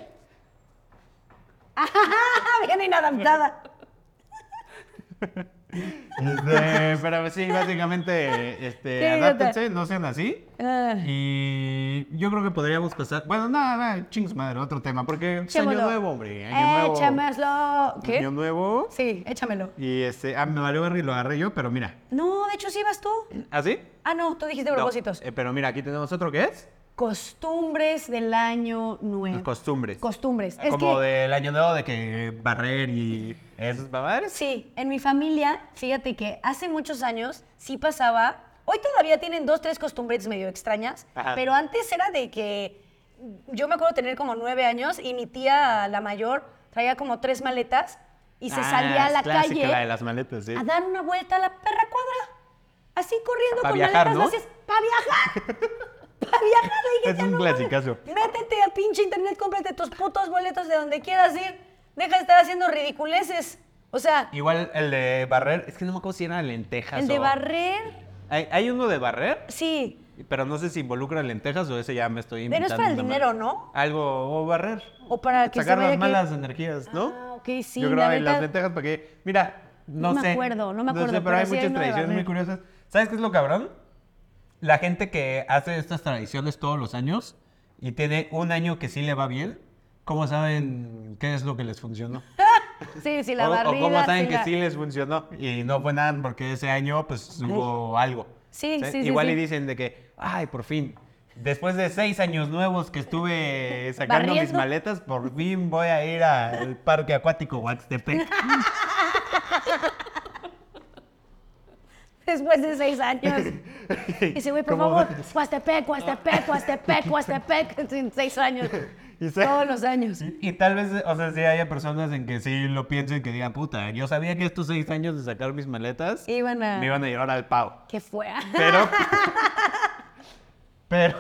[SPEAKER 2] ¡Ah! Bien inadaptada.
[SPEAKER 1] Este, pero sí, básicamente,
[SPEAKER 2] Sí,
[SPEAKER 1] este,
[SPEAKER 2] yo te-
[SPEAKER 1] adáptense, no sean así.
[SPEAKER 2] Ah.
[SPEAKER 1] Y yo creo que podríamos pasar. Bueno, nada, nada, chingos madre, otro tema, porque es año
[SPEAKER 2] Echémoslo.
[SPEAKER 1] nuevo, hombre. Año nuevo.
[SPEAKER 2] Échamelo.
[SPEAKER 3] Año
[SPEAKER 2] ¿Qué?
[SPEAKER 3] nuevo.
[SPEAKER 2] Sí, échamelo.
[SPEAKER 1] Y este, ah, me valió verga y lo agarré yo, pero mira.
[SPEAKER 2] No, de hecho sí vas tú.
[SPEAKER 3] ¿Así?
[SPEAKER 2] Ah, no, tú dijiste propósitos.
[SPEAKER 1] Eh.
[SPEAKER 3] pero mira, aquí tenemos otro que es
[SPEAKER 2] Costumbres del año nuevo.
[SPEAKER 3] costumbres.
[SPEAKER 2] Costumbres. Es
[SPEAKER 1] Como
[SPEAKER 2] que,
[SPEAKER 1] del año nuevo de que barrer y esas mamadas.
[SPEAKER 2] sí, en mi familia, fíjate que hace muchos años sí pasaba. Hoy todavía tienen dos, tres costumbres medio extrañas,
[SPEAKER 3] Ajá.
[SPEAKER 2] pero antes era de que yo me acuerdo tener como nueve años y mi tía, la mayor, traía como tres maletas y se
[SPEAKER 3] Ah,
[SPEAKER 2] salía a la
[SPEAKER 3] es clásica,
[SPEAKER 2] calle.
[SPEAKER 3] la de las maletas, sí.
[SPEAKER 2] a dar una vuelta a la perra cuadra. Así corriendo
[SPEAKER 3] Pa'
[SPEAKER 2] con
[SPEAKER 3] viajar,
[SPEAKER 2] maletas
[SPEAKER 3] ¿no?
[SPEAKER 2] vacías. ¡Para viajar! ¡Para viajar! Le dije,
[SPEAKER 1] Es
[SPEAKER 2] "Ya
[SPEAKER 1] un
[SPEAKER 2] no mames,
[SPEAKER 1] clasicazo.
[SPEAKER 2] Métete al pinche internet, cómprate tus putos boletos de donde quieras ir. Deja de estar haciendo ridiculeces. O sea,
[SPEAKER 1] Igual el de barrer.
[SPEAKER 3] Es que no me acuerdo si era lentejas
[SPEAKER 2] el de
[SPEAKER 3] o-
[SPEAKER 2] barrer,
[SPEAKER 3] Hay, hay uno de barrer,
[SPEAKER 2] sí.
[SPEAKER 3] pero no sé si involucra lentejas o ese ya me estoy
[SPEAKER 2] Pero
[SPEAKER 3] inventando.
[SPEAKER 2] es para el
[SPEAKER 3] una
[SPEAKER 2] dinero,
[SPEAKER 3] madre.
[SPEAKER 2] ¿no?
[SPEAKER 3] Algo o barrer.
[SPEAKER 2] O para que
[SPEAKER 1] sacar
[SPEAKER 2] se vaya
[SPEAKER 1] las
[SPEAKER 2] que-
[SPEAKER 1] malas energías, ¿no?
[SPEAKER 2] Ah, ok, sí.
[SPEAKER 1] Yo
[SPEAKER 2] la
[SPEAKER 1] creo que
[SPEAKER 2] neta-
[SPEAKER 1] las lentejas porque, mira, no,
[SPEAKER 2] No me
[SPEAKER 1] sé.
[SPEAKER 2] acuerdo, no me acuerdo,
[SPEAKER 1] sé, pero,
[SPEAKER 2] pero
[SPEAKER 1] hay
[SPEAKER 2] sí hay
[SPEAKER 1] muchas
[SPEAKER 2] uno de
[SPEAKER 1] tradiciones muy
[SPEAKER 2] barrer.
[SPEAKER 1] curiosas. ¿Sabes qué es lo cabrón? La gente que hace estas tradiciones todos los años y tiene un año que sí le va bien, ¿cómo saben qué es lo que les funcionó?
[SPEAKER 2] Sí, sí, la
[SPEAKER 1] O- o
[SPEAKER 2] barrida.
[SPEAKER 1] cómo saben
[SPEAKER 2] sí,
[SPEAKER 1] que
[SPEAKER 2] la-
[SPEAKER 1] sí les funcionó y no fue nada porque ese año pues hubo algo.
[SPEAKER 2] Sí, sí, sí.
[SPEAKER 3] Igual
[SPEAKER 2] sí.
[SPEAKER 3] y dicen de que, ay, por fin.
[SPEAKER 1] Después de seis años nuevos que estuve sacando mis
[SPEAKER 2] Barriendo.
[SPEAKER 1] maletas, por fin voy a ir al parque acuático Huaxtepec.
[SPEAKER 2] Después de seis años. Y dice, güey, por
[SPEAKER 1] ¿Cómo
[SPEAKER 2] favor,
[SPEAKER 1] ves?
[SPEAKER 2] Huastepec, Huastepec, Huastepec, Huastepec. En seis años.
[SPEAKER 1] Y se-
[SPEAKER 2] Todos los años.
[SPEAKER 1] Y tal vez, o sea, sí haya personas en que sí lo piensen que digan, puta, yo sabía que estos seis años de sacar mis maletas
[SPEAKER 2] Iban a...
[SPEAKER 3] Me iban a llevar al pavo.
[SPEAKER 2] ¿Qué fue?
[SPEAKER 1] Pero. Pero.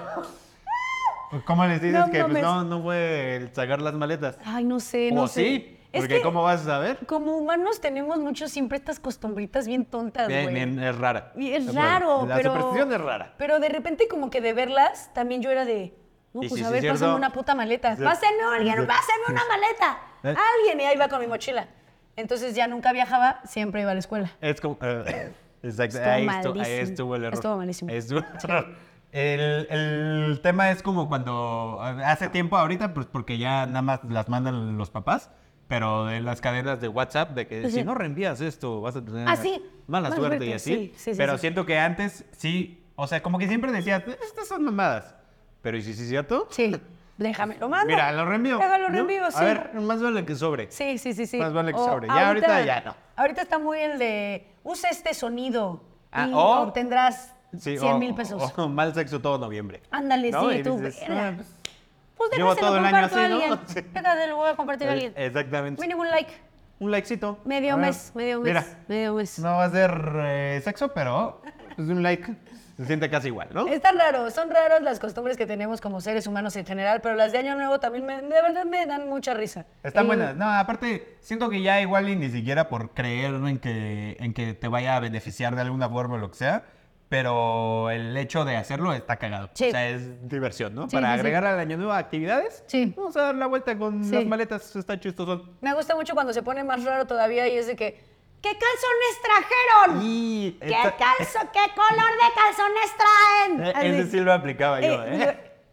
[SPEAKER 1] pues, ¿Cómo les dices
[SPEAKER 2] No
[SPEAKER 1] que pues,
[SPEAKER 2] mames.
[SPEAKER 1] no, no fue el sacar las maletas?
[SPEAKER 2] Ay, no sé, no
[SPEAKER 1] Pues
[SPEAKER 3] o
[SPEAKER 2] sé.
[SPEAKER 3] sí,
[SPEAKER 2] Es
[SPEAKER 3] porque
[SPEAKER 2] que
[SPEAKER 3] ¿cómo vas a saber?
[SPEAKER 2] como humanos tenemos mucho siempre estas costumbritas bien tontas,
[SPEAKER 3] Bien,
[SPEAKER 2] güey.
[SPEAKER 3] bien, es rara.
[SPEAKER 2] Y es raro,
[SPEAKER 3] La
[SPEAKER 2] pero...
[SPEAKER 3] superstición es rara.
[SPEAKER 2] Pero de repente como que de verlas, también yo era de... No,
[SPEAKER 3] Y
[SPEAKER 2] pues
[SPEAKER 3] sí,
[SPEAKER 2] a
[SPEAKER 3] sí,
[SPEAKER 2] ver,
[SPEAKER 3] cierto.
[SPEAKER 2] pásame una puta maleta.
[SPEAKER 1] Sí.
[SPEAKER 2] Pásame alguien, pásame una maleta.
[SPEAKER 1] Eh.
[SPEAKER 2] Alguien. Y ahí va con mi mochila. Entonces ya nunca viajaba, siempre iba a la escuela.
[SPEAKER 3] Es como. eh, exacto.
[SPEAKER 2] Estuvo
[SPEAKER 3] ahí, estu- ahí
[SPEAKER 2] malísimo.
[SPEAKER 3] estuvo el error.
[SPEAKER 2] Estuvo malísimo.
[SPEAKER 3] Ahí estuvo el error.
[SPEAKER 1] El, el tema es como cuando hace tiempo ahorita, pues porque ya nada más las mandan los papás, pero de las cadenas
[SPEAKER 3] Las de WhatsApp de que si no reenvías esto vas a tener
[SPEAKER 2] Ah, sí.
[SPEAKER 3] mala
[SPEAKER 2] Mala
[SPEAKER 3] suerte, y
[SPEAKER 2] suerte,
[SPEAKER 3] así.
[SPEAKER 2] sí, sí, sí,
[SPEAKER 3] pero
[SPEAKER 2] sí.
[SPEAKER 3] siento que antes sí, o sea, como que siempre decías, estas son mamadas. Pero ¿y si sí es cierto?
[SPEAKER 2] Sí, déjame, lo mando.
[SPEAKER 3] Mira, lo reenvío.
[SPEAKER 2] Déjalo
[SPEAKER 3] ¿no?
[SPEAKER 2] reenvío, sí.
[SPEAKER 3] A ver, más vale que sobre.
[SPEAKER 2] Sí, sí, sí, sí.
[SPEAKER 3] Más vale que
[SPEAKER 2] O
[SPEAKER 3] sobre. Ya ahorita ya no.
[SPEAKER 2] Ahorita está muy el de usa este sonido
[SPEAKER 3] Ah,
[SPEAKER 2] y
[SPEAKER 3] o-
[SPEAKER 2] obtendrás
[SPEAKER 3] Sí,
[SPEAKER 2] 100
[SPEAKER 3] o-
[SPEAKER 2] mil pesos.
[SPEAKER 3] o- o mal sexo todo noviembre.
[SPEAKER 2] Ándale,
[SPEAKER 3] ¿No?
[SPEAKER 2] sí,
[SPEAKER 3] Y
[SPEAKER 2] tú.
[SPEAKER 3] dices,
[SPEAKER 2] verga.
[SPEAKER 3] "Ah, pues,
[SPEAKER 2] pues
[SPEAKER 3] llevo
[SPEAKER 2] déjaselo,
[SPEAKER 3] todo el año
[SPEAKER 2] comparto a
[SPEAKER 3] así, ¿no?
[SPEAKER 2] alguien.
[SPEAKER 3] Sí.
[SPEAKER 2] Déjaselo, voy a compartir a alguien.
[SPEAKER 3] eh, Exactamente.
[SPEAKER 2] Mínimo un like.
[SPEAKER 3] Un likecito.
[SPEAKER 2] Medio
[SPEAKER 3] A ver,
[SPEAKER 2] mes, medio mes.
[SPEAKER 3] Mira,
[SPEAKER 2] Medio mes.
[SPEAKER 1] no va a ser eh, sexo, pero
[SPEAKER 3] pues un like. Se siente casi igual, ¿no?
[SPEAKER 2] Es tan raro, son raras las costumbres que tenemos como seres humanos en general, pero las de Año Nuevo también me- de verdad me dan mucha risa.
[SPEAKER 1] Están
[SPEAKER 2] Y-
[SPEAKER 1] buenas. No, aparte, siento que ya igual y ni siquiera por creer en que, en que te vaya a beneficiar de alguna forma o lo que sea, pero el hecho de hacerlo está cagado.
[SPEAKER 2] Sí.
[SPEAKER 1] O sea, es...
[SPEAKER 3] Diversión, ¿no?
[SPEAKER 2] Sí,
[SPEAKER 3] Para
[SPEAKER 2] sí, sí.
[SPEAKER 3] agregar al año nuevo actividades.
[SPEAKER 2] Sí.
[SPEAKER 3] Vamos a dar la vuelta con
[SPEAKER 2] Sí.
[SPEAKER 3] las maletas. Está chistoso.
[SPEAKER 2] Me gusta mucho cuando se pone más raro todavía y es de que ¿qué calzones trajeron?
[SPEAKER 3] Y
[SPEAKER 2] ¿Qué
[SPEAKER 3] esta-
[SPEAKER 2] calzo, qué color de calzones traen?
[SPEAKER 3] Eh,
[SPEAKER 2] Así.
[SPEAKER 3] Ese sí lo aplicaba yo,
[SPEAKER 2] Eh,
[SPEAKER 3] ¿eh?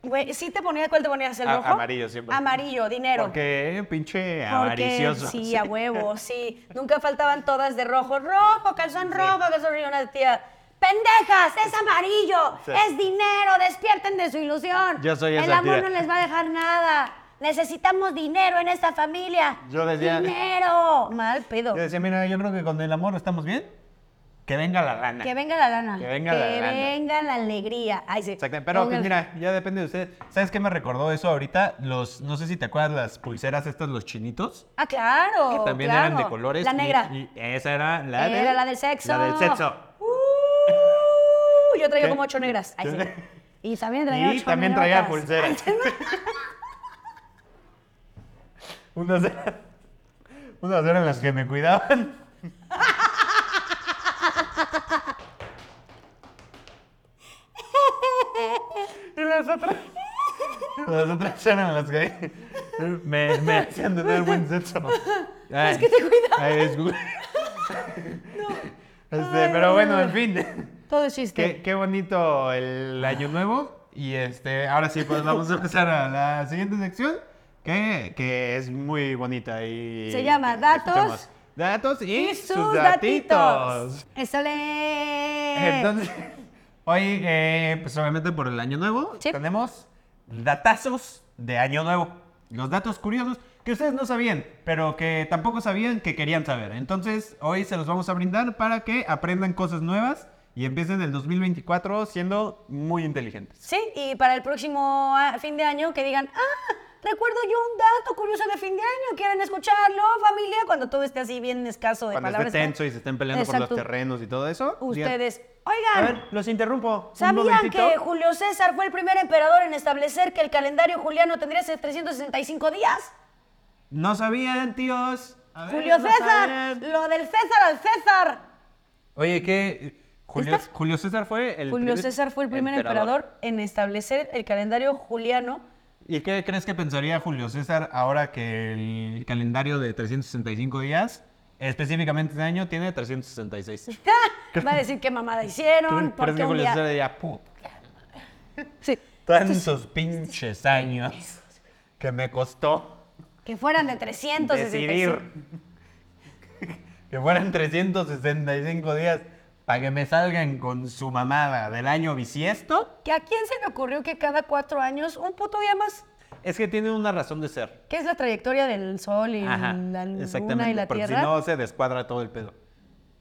[SPEAKER 2] yo- güey, ¿sí te ponía cuál te ponías el
[SPEAKER 3] A-
[SPEAKER 2] rojo?
[SPEAKER 3] amarillo siempre.
[SPEAKER 2] Amarillo, dinero.
[SPEAKER 3] Porque pinche
[SPEAKER 2] Porque
[SPEAKER 3] avaricioso.
[SPEAKER 2] Sí, a huevo, sí. Nunca faltaban todas de rojo. Rojo, calzón rojo, calzón rojo. Y Una tía, pendejas, es amarillo,
[SPEAKER 3] Sí.
[SPEAKER 2] es dinero, despierten de su ilusión.
[SPEAKER 3] Yo soy
[SPEAKER 2] El
[SPEAKER 3] esa
[SPEAKER 2] amor no
[SPEAKER 3] tía.
[SPEAKER 2] les va a dejar nada. Necesitamos dinero en esta familia.
[SPEAKER 3] Yo decía-
[SPEAKER 2] Dinero. Mal pedo.
[SPEAKER 3] Yo decía, mira, yo creo que con el amor estamos bien. Que venga la lana.
[SPEAKER 2] Que venga la lana.
[SPEAKER 3] Que venga la lana.
[SPEAKER 2] venga la alegría. Ay, sí.
[SPEAKER 3] Exactamente. Pero pues,
[SPEAKER 2] Póngale.
[SPEAKER 3] mira, ya depende de ustedes. ¿Sabes qué me recordó eso ahorita? Los, no sé si te acuerdas las pulseras estas, los chinitos.
[SPEAKER 2] Ah, claro.
[SPEAKER 3] que también
[SPEAKER 2] claro.
[SPEAKER 3] eran de colores.
[SPEAKER 2] La
[SPEAKER 3] y-
[SPEAKER 2] negra.
[SPEAKER 3] Y, esa era la
[SPEAKER 2] Era la del sexo.
[SPEAKER 3] La del sexo.
[SPEAKER 2] Uh, yo traía
[SPEAKER 3] ¿Qué?
[SPEAKER 2] como ocho negras. Ay, sí.
[SPEAKER 3] ¿Qué?
[SPEAKER 2] Y también traía
[SPEAKER 3] y
[SPEAKER 2] ocho
[SPEAKER 3] también
[SPEAKER 2] negras.
[SPEAKER 3] traía pulseras. unas, eran, unas eran las que me cuidaban. y las otras. Las otras eran las que me, me hacían tener buen sexo.
[SPEAKER 2] Las que te cuidaban.
[SPEAKER 3] Ay, es- Este,
[SPEAKER 2] Ay,
[SPEAKER 3] pero
[SPEAKER 2] no,
[SPEAKER 3] bueno,
[SPEAKER 2] no.
[SPEAKER 3] en fin.
[SPEAKER 2] Todo es chiste.
[SPEAKER 3] Qué, qué bonito el año nuevo. Y este, ahora sí, pues vamos a pasar a la siguiente sección, que, que es muy bonita y...
[SPEAKER 2] Se llama Datos.
[SPEAKER 3] escuchamos. Datos y,
[SPEAKER 2] Y
[SPEAKER 3] sus,
[SPEAKER 2] sus
[SPEAKER 3] datitos. Eh,
[SPEAKER 2] datitos. Eso le.
[SPEAKER 3] Entonces, hoy, eh, pues obviamente por el año nuevo,
[SPEAKER 2] Sí.
[SPEAKER 3] tenemos datazos de año nuevo. Los datos curiosos que ustedes no sabían, pero que tampoco sabían que querían saber. Entonces, hoy se los vamos a brindar para que aprendan cosas nuevas y empiecen el 2024 siendo muy inteligentes.
[SPEAKER 2] Sí, y para el próximo ah, fin de año que digan, ah, recuerdo yo un dato curioso de fin de año, ¿quieren escucharlo, familia? Cuando todo esté así bien escaso de
[SPEAKER 3] Cuando esté
[SPEAKER 2] palabras.
[SPEAKER 3] tenso y se estén peleando
[SPEAKER 2] Exacto.
[SPEAKER 3] por los terrenos y todo eso. digan,
[SPEAKER 2] Ustedes,
[SPEAKER 3] a
[SPEAKER 2] oigan,
[SPEAKER 3] ver, los interrumpo. un
[SPEAKER 2] ¿Sabían
[SPEAKER 3] momentito".
[SPEAKER 2] que Julio César fue el primer emperador en establecer que el calendario juliano tendría 365 días?
[SPEAKER 3] No sabían, tíos. A ver,
[SPEAKER 2] Julio
[SPEAKER 3] no
[SPEAKER 2] César,
[SPEAKER 3] sabían.
[SPEAKER 2] lo del César al César.
[SPEAKER 3] Oye, ¿qué? Julio,
[SPEAKER 2] ¿Estás-
[SPEAKER 3] Julio César fue el
[SPEAKER 2] Julio
[SPEAKER 3] primer
[SPEAKER 2] César fue el primer emperador. en establecer el calendario juliano.
[SPEAKER 1] ¿Y qué crees que pensaría Julio César ahora que el calendario de 365 días, específicamente este año, tiene 366?
[SPEAKER 2] Va a decir qué mamada hicieron,
[SPEAKER 3] ¿Crees
[SPEAKER 2] porque
[SPEAKER 3] que
[SPEAKER 2] un
[SPEAKER 3] Julio
[SPEAKER 2] día-
[SPEAKER 3] César diría, "Pu,
[SPEAKER 2] Sí,
[SPEAKER 3] tantos pinches años que me costó
[SPEAKER 2] que fueran de 365.
[SPEAKER 3] decidir que fueran 365 días para que me salgan con su mamada del año bisiesto?
[SPEAKER 2] ¿Que a quién se le ocurrió que cada cuatro años un puto día más?
[SPEAKER 3] Es que tiene una razón de ser.
[SPEAKER 2] ¿Qué es la trayectoria del Sol y
[SPEAKER 3] Ajá,
[SPEAKER 2] la Luna
[SPEAKER 3] exactamente,
[SPEAKER 2] y la
[SPEAKER 3] porque
[SPEAKER 2] Tierra?
[SPEAKER 3] si no se descuadra todo el pedo.
[SPEAKER 2] O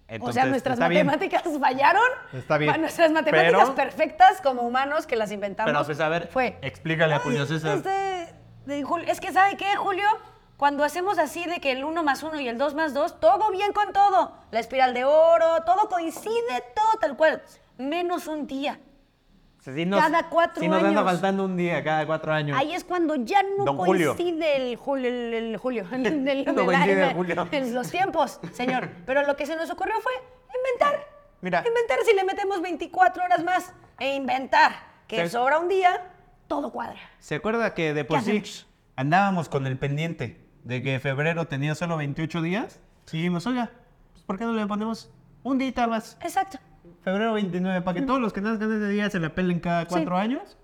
[SPEAKER 3] Entonces,
[SPEAKER 2] sea, nuestras
[SPEAKER 3] está bien,
[SPEAKER 2] matemáticas fallaron.
[SPEAKER 3] Está bien,
[SPEAKER 2] Pa- Nuestras matemáticas
[SPEAKER 3] pero-
[SPEAKER 2] perfectas como humanos que las inventamos.
[SPEAKER 3] Pero pues a ver,
[SPEAKER 2] fue.
[SPEAKER 3] explícale a Julio César.
[SPEAKER 2] Este, de Jul- es que, ¿sabe qué, Julio? Cuando hacemos así de que el 1 más 1 y el 2 más 2, todo bien con todo. La espiral de oro, todo coincide, todo tal cual. Menos un día.
[SPEAKER 3] Sí
[SPEAKER 2] cada cuatro
[SPEAKER 3] sí nos anda
[SPEAKER 2] años.
[SPEAKER 3] faltando un día cada cuatro años.
[SPEAKER 2] Ahí es cuando ya no
[SPEAKER 3] Don Julio.
[SPEAKER 2] coincide el Julio. El, el Julio el- el- el-
[SPEAKER 3] No coincide
[SPEAKER 2] el-
[SPEAKER 3] Julio.
[SPEAKER 2] el- los tiempos, señor. Pero lo que se nos ocurrió fue inventar.
[SPEAKER 3] Mira.
[SPEAKER 2] Inventar si le metemos 24 horas más. E inventar. Que
[SPEAKER 3] ¿Sabes?
[SPEAKER 2] sobra un día, todo cuadra.
[SPEAKER 3] ¿Se acuerda que de por
[SPEAKER 2] ¿Qué
[SPEAKER 3] sí
[SPEAKER 2] hacemos?
[SPEAKER 1] Andábamos con el pendiente de que febrero tenía solo 28 días. Seguimos, oiga, pues, ¿por qué no le ponemos un día más?
[SPEAKER 2] Exacto.
[SPEAKER 1] Febrero 29, para que todos los que nazcan ese día se la pelen cada cuatro años.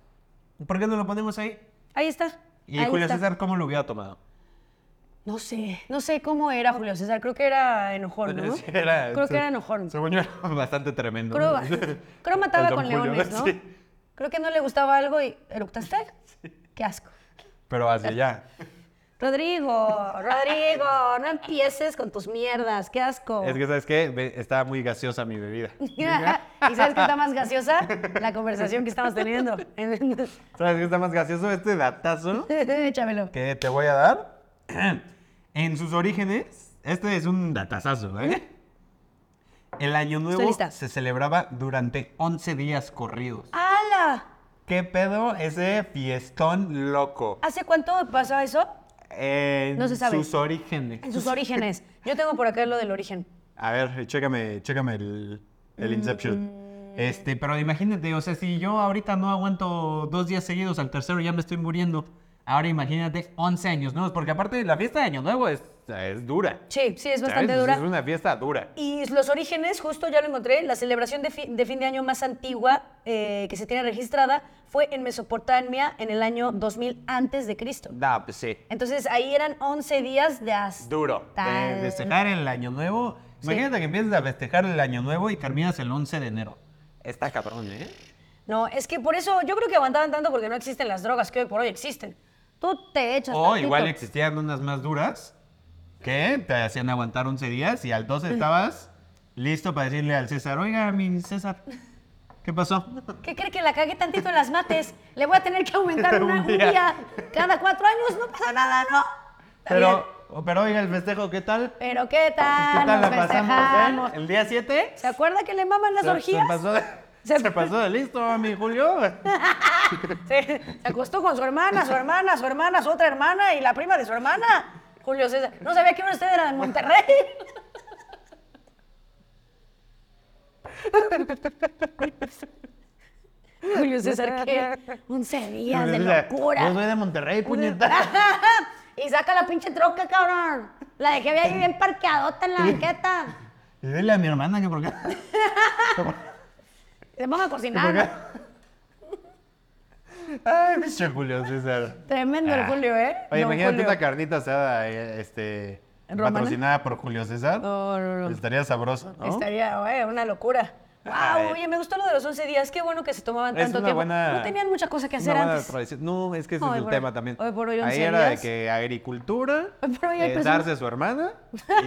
[SPEAKER 1] ¿Por qué no lo ponemos ahí?
[SPEAKER 2] Ahí está.
[SPEAKER 3] y
[SPEAKER 2] Ahí
[SPEAKER 3] Julio
[SPEAKER 2] está.
[SPEAKER 3] César cómo lo hubiera tomado?
[SPEAKER 2] No sé. No sé cómo era Julio César. Creo que era enojón, ¿no?
[SPEAKER 3] Sí, era-
[SPEAKER 2] Creo que
[SPEAKER 3] se-
[SPEAKER 2] era enojón.
[SPEAKER 3] Según yo era bastante tremendo.
[SPEAKER 2] Creo,
[SPEAKER 3] ¿no?
[SPEAKER 2] creo mataba
[SPEAKER 3] El Don
[SPEAKER 2] con
[SPEAKER 3] Julio,
[SPEAKER 2] leones, ¿no?
[SPEAKER 3] sí.
[SPEAKER 2] Creo que no le gustaba algo y eructaste. Qué asco.
[SPEAKER 3] Pero hacia allá.
[SPEAKER 2] Rodrigo, Rodrigo, no empieces con tus mierdas, qué asco.
[SPEAKER 3] Es que, ¿sabes qué? Ve- Estaba muy gaseosa mi bebida.
[SPEAKER 2] ¿Y sabes qué está más gaseosa? La conversación que estamos teniendo.
[SPEAKER 3] ¿Sabes qué está más gaseoso? Este datazo
[SPEAKER 2] Échamelo.
[SPEAKER 3] que te voy a dar.
[SPEAKER 1] En sus orígenes, este es un datazazo, ¿eh?
[SPEAKER 3] El Año Nuevo
[SPEAKER 2] Estoy lista.
[SPEAKER 3] se celebraba durante 11 días corridos.
[SPEAKER 2] ¡Hala!
[SPEAKER 3] ¿Qué pedo ese fiestón loco?
[SPEAKER 2] ¿Hace cuánto pasó eso?
[SPEAKER 3] En
[SPEAKER 2] No se sabe.
[SPEAKER 3] Sus orígenes.
[SPEAKER 2] En sus orígenes. Yo tengo por acá lo del origen.
[SPEAKER 3] A ver, chécame, chécame el, el Inception.
[SPEAKER 2] Eh.
[SPEAKER 3] Este, pero imagínate, o sea, si yo ahorita no aguanto dos días seguidos, al tercero ya me estoy muriendo. Ahora imagínate 11 años nuevos, porque aparte la fiesta de Año Nuevo es, es dura.
[SPEAKER 2] Sí, sí, es
[SPEAKER 3] ¿sabes?
[SPEAKER 2] bastante
[SPEAKER 3] O sea,
[SPEAKER 2] dura.
[SPEAKER 3] Es una fiesta dura.
[SPEAKER 2] Y los orígenes, justo ya lo encontré, la celebración de, fi- de fin de año más antigua eh, que se tiene registrada fue en Mesopotamia en el año 2000 antes de Cristo.
[SPEAKER 3] Da, pues sí.
[SPEAKER 2] Entonces ahí eran 11 días de hasta...
[SPEAKER 3] Duro. De
[SPEAKER 2] Tal-
[SPEAKER 3] festejar el Año Nuevo. Imagínate que empiezas a festejar el Año Nuevo y terminas el 11 de enero. Está cabrón, ¿eh?
[SPEAKER 2] No, es que por eso yo creo que aguantaban tanto porque no existen las drogas que hoy por hoy existen. Tú te echas
[SPEAKER 3] O
[SPEAKER 2] tantito.
[SPEAKER 3] Oh, igual existían unas más duras que te hacían aguantar 11 días y al 12 estabas listo para decirle al César, oiga, mi César, ¿qué pasó?
[SPEAKER 2] ¿Qué cree que la cagué tantito en las mates? Le voy a tener que aumentar
[SPEAKER 3] Un
[SPEAKER 2] una, un
[SPEAKER 3] día.
[SPEAKER 2] día cada cuatro años, no pasa nada, ¿no? Está bien.
[SPEAKER 3] Pero, pero oiga, el festejo, ¿qué tal?
[SPEAKER 2] Pero ¿qué tal?
[SPEAKER 3] ¿Qué tal la
[SPEAKER 2] Nos
[SPEAKER 3] pasamos?
[SPEAKER 2] festejamos.
[SPEAKER 3] eh? ¿El día 7?
[SPEAKER 2] ¿Se acuerda que le maman las orgías?
[SPEAKER 3] Se pasó de,
[SPEAKER 2] Se-
[SPEAKER 3] se pasó de listo, mi Julio.
[SPEAKER 2] Se, se acostó con su hermana, su hermana, su hermana, su otra hermana y la prima de su hermana. Julio César. No sabía que usted era de Monterrey. Julio César, ¿qué? 11 días de
[SPEAKER 3] Yo soy
[SPEAKER 2] locura.
[SPEAKER 3] de Monterrey, puñeta.
[SPEAKER 2] y saca la pinche troca, cabrón. La dejé ahí bien parqueadota en la banqueta.
[SPEAKER 3] Y dile a mi hermana que por qué.
[SPEAKER 2] Le vamos a
[SPEAKER 3] ¿Por qué?
[SPEAKER 2] cocinar.
[SPEAKER 3] Ay, pinche Julio César.
[SPEAKER 2] Tremendo el
[SPEAKER 3] Ah.
[SPEAKER 2] Julio, ¿eh?
[SPEAKER 3] Oye,
[SPEAKER 2] Don
[SPEAKER 3] imagínate
[SPEAKER 2] Julio.
[SPEAKER 3] una carnita asada eh, este,
[SPEAKER 2] ¿Romana?
[SPEAKER 3] patrocinada por Julio César.
[SPEAKER 2] No, no, no.
[SPEAKER 3] Estaría sabroso, ¿no?
[SPEAKER 2] Estaría, güey, una locura.
[SPEAKER 3] Ay.
[SPEAKER 2] Wow, oye, me gustó lo de los 11 días. Qué bueno que se tomaban
[SPEAKER 3] Es
[SPEAKER 2] tanto
[SPEAKER 3] una
[SPEAKER 2] tiempo.
[SPEAKER 3] buena-
[SPEAKER 2] No tenían mucha cosa que
[SPEAKER 3] Una
[SPEAKER 2] hacer
[SPEAKER 3] buena
[SPEAKER 2] antes.
[SPEAKER 3] tradición. No, es que ese
[SPEAKER 2] Hoy
[SPEAKER 3] es el
[SPEAKER 2] por
[SPEAKER 3] tema
[SPEAKER 2] hoy-
[SPEAKER 3] también.
[SPEAKER 2] hoy por hoy,
[SPEAKER 3] Ahí
[SPEAKER 2] 11
[SPEAKER 3] era de
[SPEAKER 2] días.
[SPEAKER 3] que agricultura,
[SPEAKER 2] Hoy por hoy hay
[SPEAKER 3] eh,
[SPEAKER 2] personas-
[SPEAKER 3] darse a su hermana y,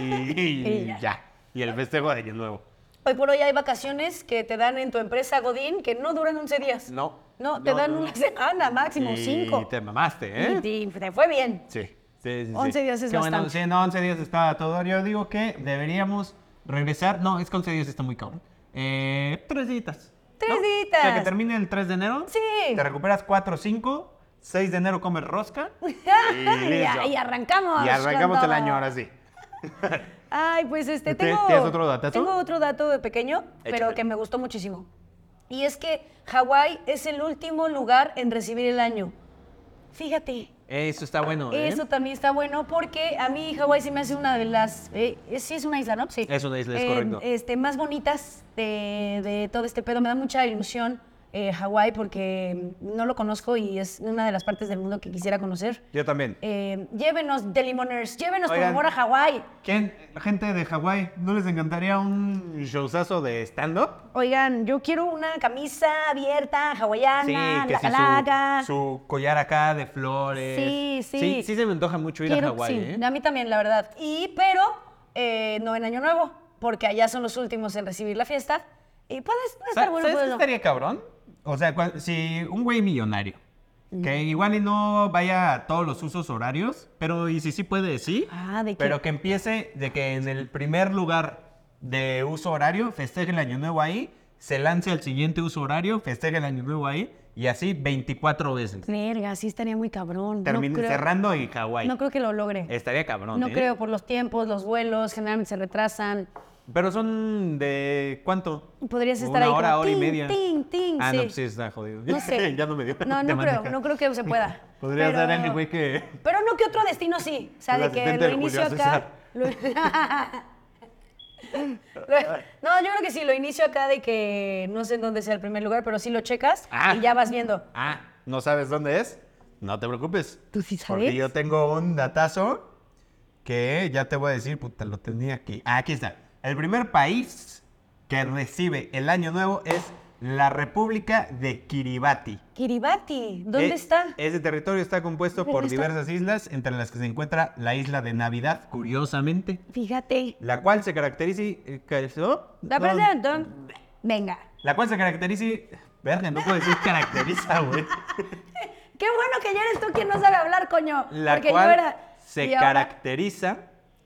[SPEAKER 2] Y
[SPEAKER 3] ya.
[SPEAKER 2] ya.
[SPEAKER 3] Y el festejo de Año Nuevo.
[SPEAKER 2] Hoy por hoy hay vacaciones que te dan en tu empresa Godín que no duran 11 días.
[SPEAKER 3] No.
[SPEAKER 2] No, te
[SPEAKER 3] No,
[SPEAKER 2] dan
[SPEAKER 3] no,
[SPEAKER 2] una
[SPEAKER 3] no.
[SPEAKER 2] semana, máximo
[SPEAKER 3] y
[SPEAKER 2] 5.
[SPEAKER 3] te mamaste, ¿eh?
[SPEAKER 2] Y te, te fue bien.
[SPEAKER 3] Sí, sí, sí. sí.
[SPEAKER 2] 11 días es
[SPEAKER 3] Qué bueno,
[SPEAKER 2] bastante.
[SPEAKER 3] sí, no, 11 días está todo. Yo digo que deberíamos regresar. No, es que 11 días está muy cabrón. Eh, tres días.
[SPEAKER 2] Tres
[SPEAKER 3] O sea, que
[SPEAKER 2] días.
[SPEAKER 3] termine el 3 de enero.
[SPEAKER 2] Sí.
[SPEAKER 3] Te recuperas 4 o 5. 6 de enero comes rosca.
[SPEAKER 2] Y,
[SPEAKER 3] listo.
[SPEAKER 2] y arrancamos.
[SPEAKER 3] y arrancamos
[SPEAKER 2] con
[SPEAKER 3] el año
[SPEAKER 2] todo.
[SPEAKER 3] ahora sí.
[SPEAKER 2] Ay, pues este,
[SPEAKER 3] ¿Tienes-
[SPEAKER 2] tengo...
[SPEAKER 3] tienes otro datazo?
[SPEAKER 2] Tengo otro dato de pequeño, pero
[SPEAKER 3] Échale.
[SPEAKER 2] que me gustó muchísimo. Y es que Hawái es el último lugar en recibir el año. Fíjate,
[SPEAKER 3] Eso está bueno, ¿eh?
[SPEAKER 2] eso también está bueno porque a mí Hawái se me hace una de las... eh, eh, sí, es una isla, ¿no? Sí.
[SPEAKER 3] Es una isla, es
[SPEAKER 2] Eh,
[SPEAKER 3] correcto.
[SPEAKER 2] Este, más bonitas de, de todo este pedo. Me da mucha ilusión eh, Hawái porque no lo conozco y es una de las partes del mundo que quisiera conocer.
[SPEAKER 3] Yo también.
[SPEAKER 2] Eh, llévenos, The Limoners, llévenos
[SPEAKER 3] Oigan.
[SPEAKER 2] por favor a Hawái.
[SPEAKER 3] ¿Quién, gente de Hawái, no les encantaría un showzazo de stand-up?
[SPEAKER 2] Oigan, yo quiero una camisa abierta, hawaiana, la
[SPEAKER 3] sí,
[SPEAKER 2] calaca.
[SPEAKER 3] su, su collar acá de flores.
[SPEAKER 2] Sí, sí.
[SPEAKER 3] Sí, sí se me antoja mucho ir
[SPEAKER 2] Quiero-
[SPEAKER 3] a Hawái,
[SPEAKER 2] sí,
[SPEAKER 3] ¿eh?
[SPEAKER 2] A mí también, la verdad. Y pero eh, no en Año Nuevo, porque allá son los últimos en recibir la fiesta. Y pues, puede, puede
[SPEAKER 3] Sa-
[SPEAKER 2] estar bueno,
[SPEAKER 3] ¿Sabes
[SPEAKER 2] puede
[SPEAKER 3] qué
[SPEAKER 2] no.
[SPEAKER 3] estaría cabrón? O sea, cua- si un güey millonario, que igual y no vaya a todos los usos horarios, pero y si sí puede, sí.
[SPEAKER 2] Ah, ¿de qué?
[SPEAKER 3] Pero que empiece de que en el primer lugar de uso horario festeje el año nuevo ahí, se lance al siguiente uso horario, festeje el año nuevo ahí, y así 24 veces.
[SPEAKER 2] Verga, sí estaría muy cabrón.
[SPEAKER 3] Termin-
[SPEAKER 2] no creo,
[SPEAKER 3] cerrando en Hawái.
[SPEAKER 2] No creo que lo logre.
[SPEAKER 3] Estaría cabrón,
[SPEAKER 2] no
[SPEAKER 3] ¿eh?
[SPEAKER 2] creo, por los tiempos, los vuelos, generalmente se retrasan.
[SPEAKER 3] Pero son de cuánto?
[SPEAKER 2] Podrías estar
[SPEAKER 3] Una
[SPEAKER 2] ahí
[SPEAKER 3] hora,
[SPEAKER 2] como,
[SPEAKER 3] hora y
[SPEAKER 2] "Tin,
[SPEAKER 3] media.
[SPEAKER 2] tin, tin",
[SPEAKER 3] ah, no,
[SPEAKER 2] sí.
[SPEAKER 3] pues sí está jodido.
[SPEAKER 2] No sé.
[SPEAKER 3] ya no me dio.
[SPEAKER 2] No, no
[SPEAKER 3] de
[SPEAKER 2] creo,
[SPEAKER 3] manejar.
[SPEAKER 2] no creo que se pueda.
[SPEAKER 3] Podría
[SPEAKER 2] Pero-
[SPEAKER 3] ser el güey que.
[SPEAKER 2] Pero no que otro destino sí. O sea,
[SPEAKER 3] El
[SPEAKER 2] de que
[SPEAKER 3] asistente
[SPEAKER 2] lo
[SPEAKER 3] de Julio
[SPEAKER 2] inicio acá. lo- Lo- no, yo creo que sí, lo inicio acá de que no sé en dónde sea el primer lugar, pero sí lo checas
[SPEAKER 3] Ah.
[SPEAKER 2] y ya vas viendo.
[SPEAKER 3] Ah, ¿no sabes dónde es? No te preocupes.
[SPEAKER 2] ¿Tú sí
[SPEAKER 3] Porque
[SPEAKER 2] sabes?
[SPEAKER 3] yo tengo un datazo que ya te voy a decir, puta, lo tenía aquí. Ah, aquí está. El primer país que recibe el año nuevo es la República de Kiribati.
[SPEAKER 2] Kiribati, ¿dónde
[SPEAKER 3] E-
[SPEAKER 2] está?
[SPEAKER 3] Ese territorio está compuesto por
[SPEAKER 2] está?
[SPEAKER 3] diversas islas, entre las que se encuentra la isla de Navidad, curiosamente,
[SPEAKER 2] Fíjate.
[SPEAKER 3] la cual se caracteriza... eh, que- ¿no?
[SPEAKER 2] La
[SPEAKER 3] No,
[SPEAKER 2] presento. Venga.
[SPEAKER 3] La cual se caracteriza... Verga, no puedo decir caracteriza, güey.
[SPEAKER 2] Qué bueno que ya eres tú quien no sabe hablar, coño.
[SPEAKER 3] La
[SPEAKER 2] porque
[SPEAKER 3] cual
[SPEAKER 2] yo era.
[SPEAKER 3] se
[SPEAKER 2] y ahora-
[SPEAKER 3] caracteriza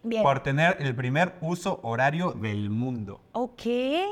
[SPEAKER 2] Bien.
[SPEAKER 3] por tener el primer uso horario del mundo.
[SPEAKER 2] Ok.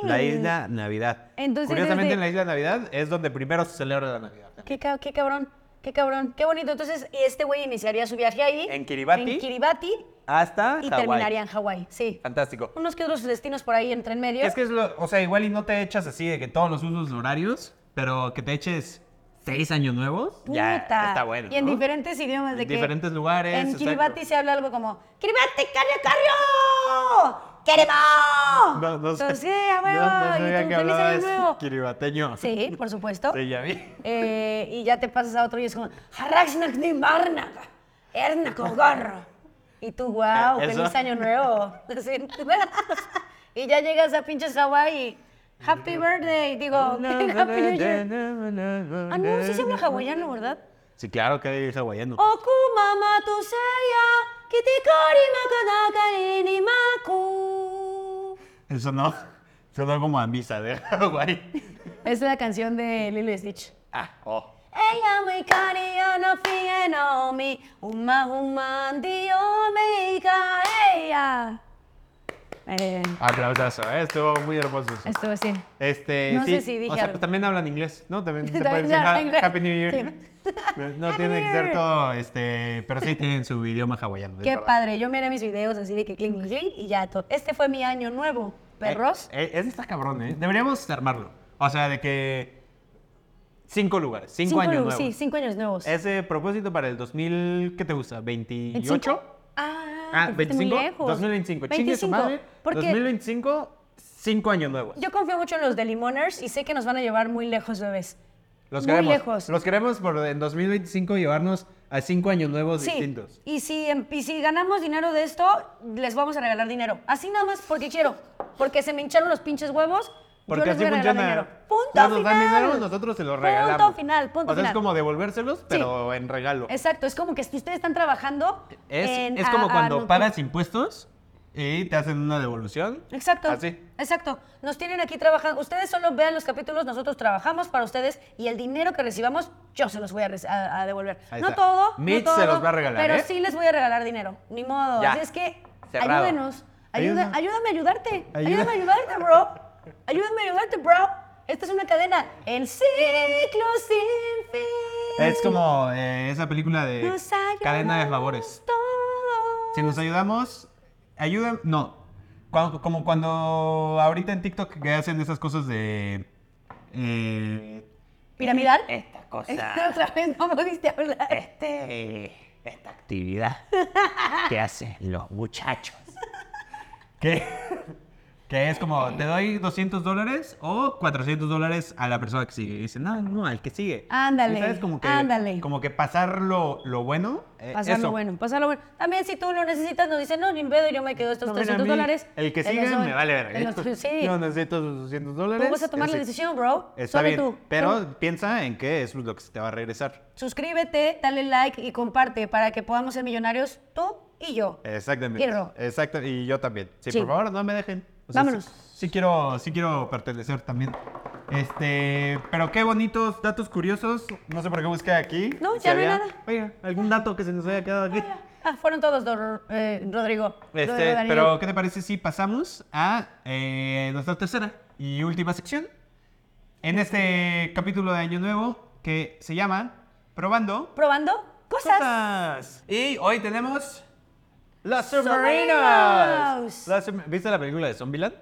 [SPEAKER 3] La isla Navidad.
[SPEAKER 2] Entonces,
[SPEAKER 3] Curiosamente,
[SPEAKER 2] desde-
[SPEAKER 3] en la isla Navidad es donde primero se celebra la Navidad.
[SPEAKER 2] Qué, ca- qué cabrón, qué cabrón, qué bonito. Entonces, este güey iniciaría su viaje ahí.
[SPEAKER 3] En Kiribati.
[SPEAKER 2] En Kiribati
[SPEAKER 3] Hasta
[SPEAKER 2] y
[SPEAKER 3] Hawái.
[SPEAKER 2] terminaría en Hawái, sí.
[SPEAKER 3] Fantástico.
[SPEAKER 2] Unos que otros destinos por ahí entre en medio.
[SPEAKER 3] Es que es lo, o sea, igual y no te echas así de que todos los usos horarios, pero que te eches seis años nuevos, ya
[SPEAKER 2] Puta.
[SPEAKER 3] está bueno.
[SPEAKER 2] Y en
[SPEAKER 3] ¿no?
[SPEAKER 2] diferentes idiomas. De
[SPEAKER 3] En
[SPEAKER 2] que
[SPEAKER 3] diferentes lugares,
[SPEAKER 2] En
[SPEAKER 3] exacto.
[SPEAKER 2] Kiribati se habla algo como: ¡Kiribati, Carrio, Carrio! ¡Queremos!
[SPEAKER 3] No, no sé.
[SPEAKER 2] Entonces, sí, a huevo.
[SPEAKER 3] No, no
[SPEAKER 2] y
[SPEAKER 3] sabía
[SPEAKER 2] tú, feliz
[SPEAKER 3] que
[SPEAKER 2] año
[SPEAKER 3] hablabas
[SPEAKER 2] nuevo.
[SPEAKER 3] kiribateño.
[SPEAKER 2] Sí, por supuesto.
[SPEAKER 3] Sí, ya vi.
[SPEAKER 2] Eh, y ya te pasas a otro y es como, "Haraxnak ni marnak, ernak ogarro". Y tú, wow,
[SPEAKER 3] Eh, eso.
[SPEAKER 2] feliz año nuevo. Sí. y ya llegas a pinches Hawái y, happy birthday, digo, happy new year. Ah, no, sí se habla hawaiano, ¿verdad?
[SPEAKER 3] Sí, claro que es hawaiano.
[SPEAKER 2] Oku mama tu seya, kitikari makanakari ni maku.
[SPEAKER 3] Eso no. Sonó como a misa ¿eh? de Hawái.
[SPEAKER 2] Es la canción de Lilo y Stitch.
[SPEAKER 3] Ah, oh.
[SPEAKER 2] Ella me cariño no fíe no mi, uma uma dio me ca ella. Eh,
[SPEAKER 3] Aplausazo, ¿eh? estuvo muy hermoso. eso.
[SPEAKER 2] esto sí.
[SPEAKER 3] Este,
[SPEAKER 2] No
[SPEAKER 3] sí.
[SPEAKER 2] sé si dije
[SPEAKER 3] o sea,
[SPEAKER 2] algo.
[SPEAKER 3] pues también hablan inglés, ¿no? También se
[SPEAKER 2] También
[SPEAKER 3] puede decir
[SPEAKER 2] hablan
[SPEAKER 3] "Ha-
[SPEAKER 2] inglés".
[SPEAKER 3] Happy New Year.
[SPEAKER 2] Sí.
[SPEAKER 3] No
[SPEAKER 2] Happy
[SPEAKER 3] tiene que
[SPEAKER 2] New
[SPEAKER 3] ser
[SPEAKER 2] Year.
[SPEAKER 3] todo, este, pero sí tienen su idioma hawaiano. es
[SPEAKER 2] Qué
[SPEAKER 3] verdad.
[SPEAKER 2] padre, yo miré mis videos así de que clink clink, clink y ya todo. Este fue mi año nuevo, perros.
[SPEAKER 3] Eh, eh, ese está cabrón, ¿eh? Deberíamos armarlo. O sea, de que cinco lugares, eh, cinco, años
[SPEAKER 2] nuevos.
[SPEAKER 3] nuevos.
[SPEAKER 2] Sí, cinco años nuevos.
[SPEAKER 3] Ese propósito para el 2000, ¿qué te gusta? ¿28?
[SPEAKER 2] 25. Ah,
[SPEAKER 3] Ah,
[SPEAKER 2] te fuiste muy
[SPEAKER 3] 25.
[SPEAKER 2] lejos.
[SPEAKER 3] 2025. Chingue su
[SPEAKER 2] 25,
[SPEAKER 3] madre.
[SPEAKER 2] Porque
[SPEAKER 3] 2025, cinco años nuevos.
[SPEAKER 2] yo confío mucho en los de Limoners y sé que nos van a llevar muy lejos, bebés.
[SPEAKER 3] Los
[SPEAKER 2] muy
[SPEAKER 3] queremos.
[SPEAKER 2] lejos.
[SPEAKER 3] Los queremos por en 2025 llevarnos a cinco años nuevos
[SPEAKER 2] Sí,
[SPEAKER 3] distintos.
[SPEAKER 2] Y si, em- y si ganamos dinero de esto, les vamos a regalar dinero. Así nada más porque quiero. Porque se me hincharon los pinches huevos.
[SPEAKER 3] Porque
[SPEAKER 2] yo les
[SPEAKER 3] así
[SPEAKER 2] voy a regalar
[SPEAKER 3] funciona.
[SPEAKER 2] dinero. Punto
[SPEAKER 3] No nos dan
[SPEAKER 2] final.
[SPEAKER 3] dinero, nosotros se los regalamos.
[SPEAKER 2] Punto final, punto
[SPEAKER 3] O sea,
[SPEAKER 2] final.
[SPEAKER 3] es como devolvérselos, pero en regalo.
[SPEAKER 2] Exacto, es como que si ustedes están trabajando.
[SPEAKER 3] Es,
[SPEAKER 2] en-
[SPEAKER 3] es
[SPEAKER 2] a-
[SPEAKER 3] como
[SPEAKER 2] a-
[SPEAKER 3] cuando
[SPEAKER 2] no-
[SPEAKER 3] pagas impuestos y te hacen una devolución.
[SPEAKER 2] Exacto.
[SPEAKER 3] Así.
[SPEAKER 2] Exacto. Nos tienen aquí trabajando. Ustedes solo vean los capítulos, nosotros trabajamos para ustedes y el dinero que recibamos yo se los voy a, re- a- a devolver.
[SPEAKER 3] Ahí
[SPEAKER 2] no
[SPEAKER 3] está.
[SPEAKER 2] todo. no
[SPEAKER 3] Mitch se
[SPEAKER 2] todo,
[SPEAKER 3] los va a regalar,
[SPEAKER 2] Pero
[SPEAKER 3] ¿eh?
[SPEAKER 2] sí les voy a regalar dinero. Ni modo.
[SPEAKER 3] Ya.
[SPEAKER 2] Así es que
[SPEAKER 3] Cerrado.
[SPEAKER 2] ayúdenos. Ayuda-
[SPEAKER 3] Ayúdanos.
[SPEAKER 2] ayúdame a ayudarte.
[SPEAKER 3] Ayuda-
[SPEAKER 2] Ayúdame a ayudarte, bro. Ayúdame a ayudarte, bro. Esta es una cadena. El ciclo sin fin.
[SPEAKER 3] Es como eh, esa película de
[SPEAKER 2] Nos ayudamos
[SPEAKER 3] cadena de favores.
[SPEAKER 2] todos.
[SPEAKER 3] Si nos ayudamos, ayudan. No. Cuando- como cuando ahorita en TikTok que hacen esas cosas de. eh,
[SPEAKER 2] Piramidal.
[SPEAKER 4] Esta
[SPEAKER 2] Esta
[SPEAKER 4] cosa,
[SPEAKER 2] otra vez no me viste hablar.
[SPEAKER 4] este, esta actividad que hacen los muchachos.
[SPEAKER 3] que, que es como, te doy 200 dólares o 400 dólares a la persona que sigue. Y dice, no, no, al que sigue.
[SPEAKER 2] Ándale,
[SPEAKER 3] Y ¿Sabes? Como que,
[SPEAKER 2] ándale.
[SPEAKER 3] Como que pasar lo, lo bueno. eh,
[SPEAKER 2] Pasarlo
[SPEAKER 3] eso.
[SPEAKER 2] bueno, pasarlo bueno. También si tú lo necesitas, nos dicen, no, ni en pedo, yo me quedo estos
[SPEAKER 3] No, mira, a
[SPEAKER 2] 300
[SPEAKER 3] mí,
[SPEAKER 2] dólares.
[SPEAKER 3] El que
[SPEAKER 2] te
[SPEAKER 3] sigue
[SPEAKER 2] los doy.
[SPEAKER 3] me vale verga.
[SPEAKER 2] Te los- Sí,
[SPEAKER 3] Yo necesito sus 200 dólares.
[SPEAKER 2] tú Pues vas a tomar la
[SPEAKER 3] Ese-
[SPEAKER 2] decisión, bro.
[SPEAKER 3] Está
[SPEAKER 2] Solo
[SPEAKER 3] bien,
[SPEAKER 2] tú.
[SPEAKER 3] pero
[SPEAKER 2] Solo-
[SPEAKER 3] piensa en que eso es lo que se te va a regresar.
[SPEAKER 2] Suscríbete, dale like y comparte para que podamos ser millonarios tú y yo.
[SPEAKER 3] Eh. Exactamente.
[SPEAKER 2] Quiero.
[SPEAKER 3] Exacto, y yo también. Sí,
[SPEAKER 2] Sí.
[SPEAKER 3] por favor, no me dejen.
[SPEAKER 2] Vámonos.
[SPEAKER 3] Sí, sí quiero, sí quiero pertenecer también. Este, pero qué bonitos datos curiosos. No sé por qué busqué aquí.
[SPEAKER 2] No,
[SPEAKER 3] Si
[SPEAKER 2] ya no hay
[SPEAKER 3] había-
[SPEAKER 2] nada.
[SPEAKER 3] Oiga, algún dato que se nos haya quedado aquí.
[SPEAKER 2] Ah, fueron todos, Dor- eh, Rodrigo.
[SPEAKER 3] Este,
[SPEAKER 2] Rodrigo Daniel.
[SPEAKER 3] pero ¿qué te parece si pasamos a eh, nuestra tercera y última sección? En este capítulo de Año Nuevo que se llama Probando
[SPEAKER 2] Probando cosas.
[SPEAKER 3] Cosas. Y hoy tenemos Los
[SPEAKER 2] Submarinos.
[SPEAKER 3] Submarinos. Los sub- ¿Viste la película de Zombieland?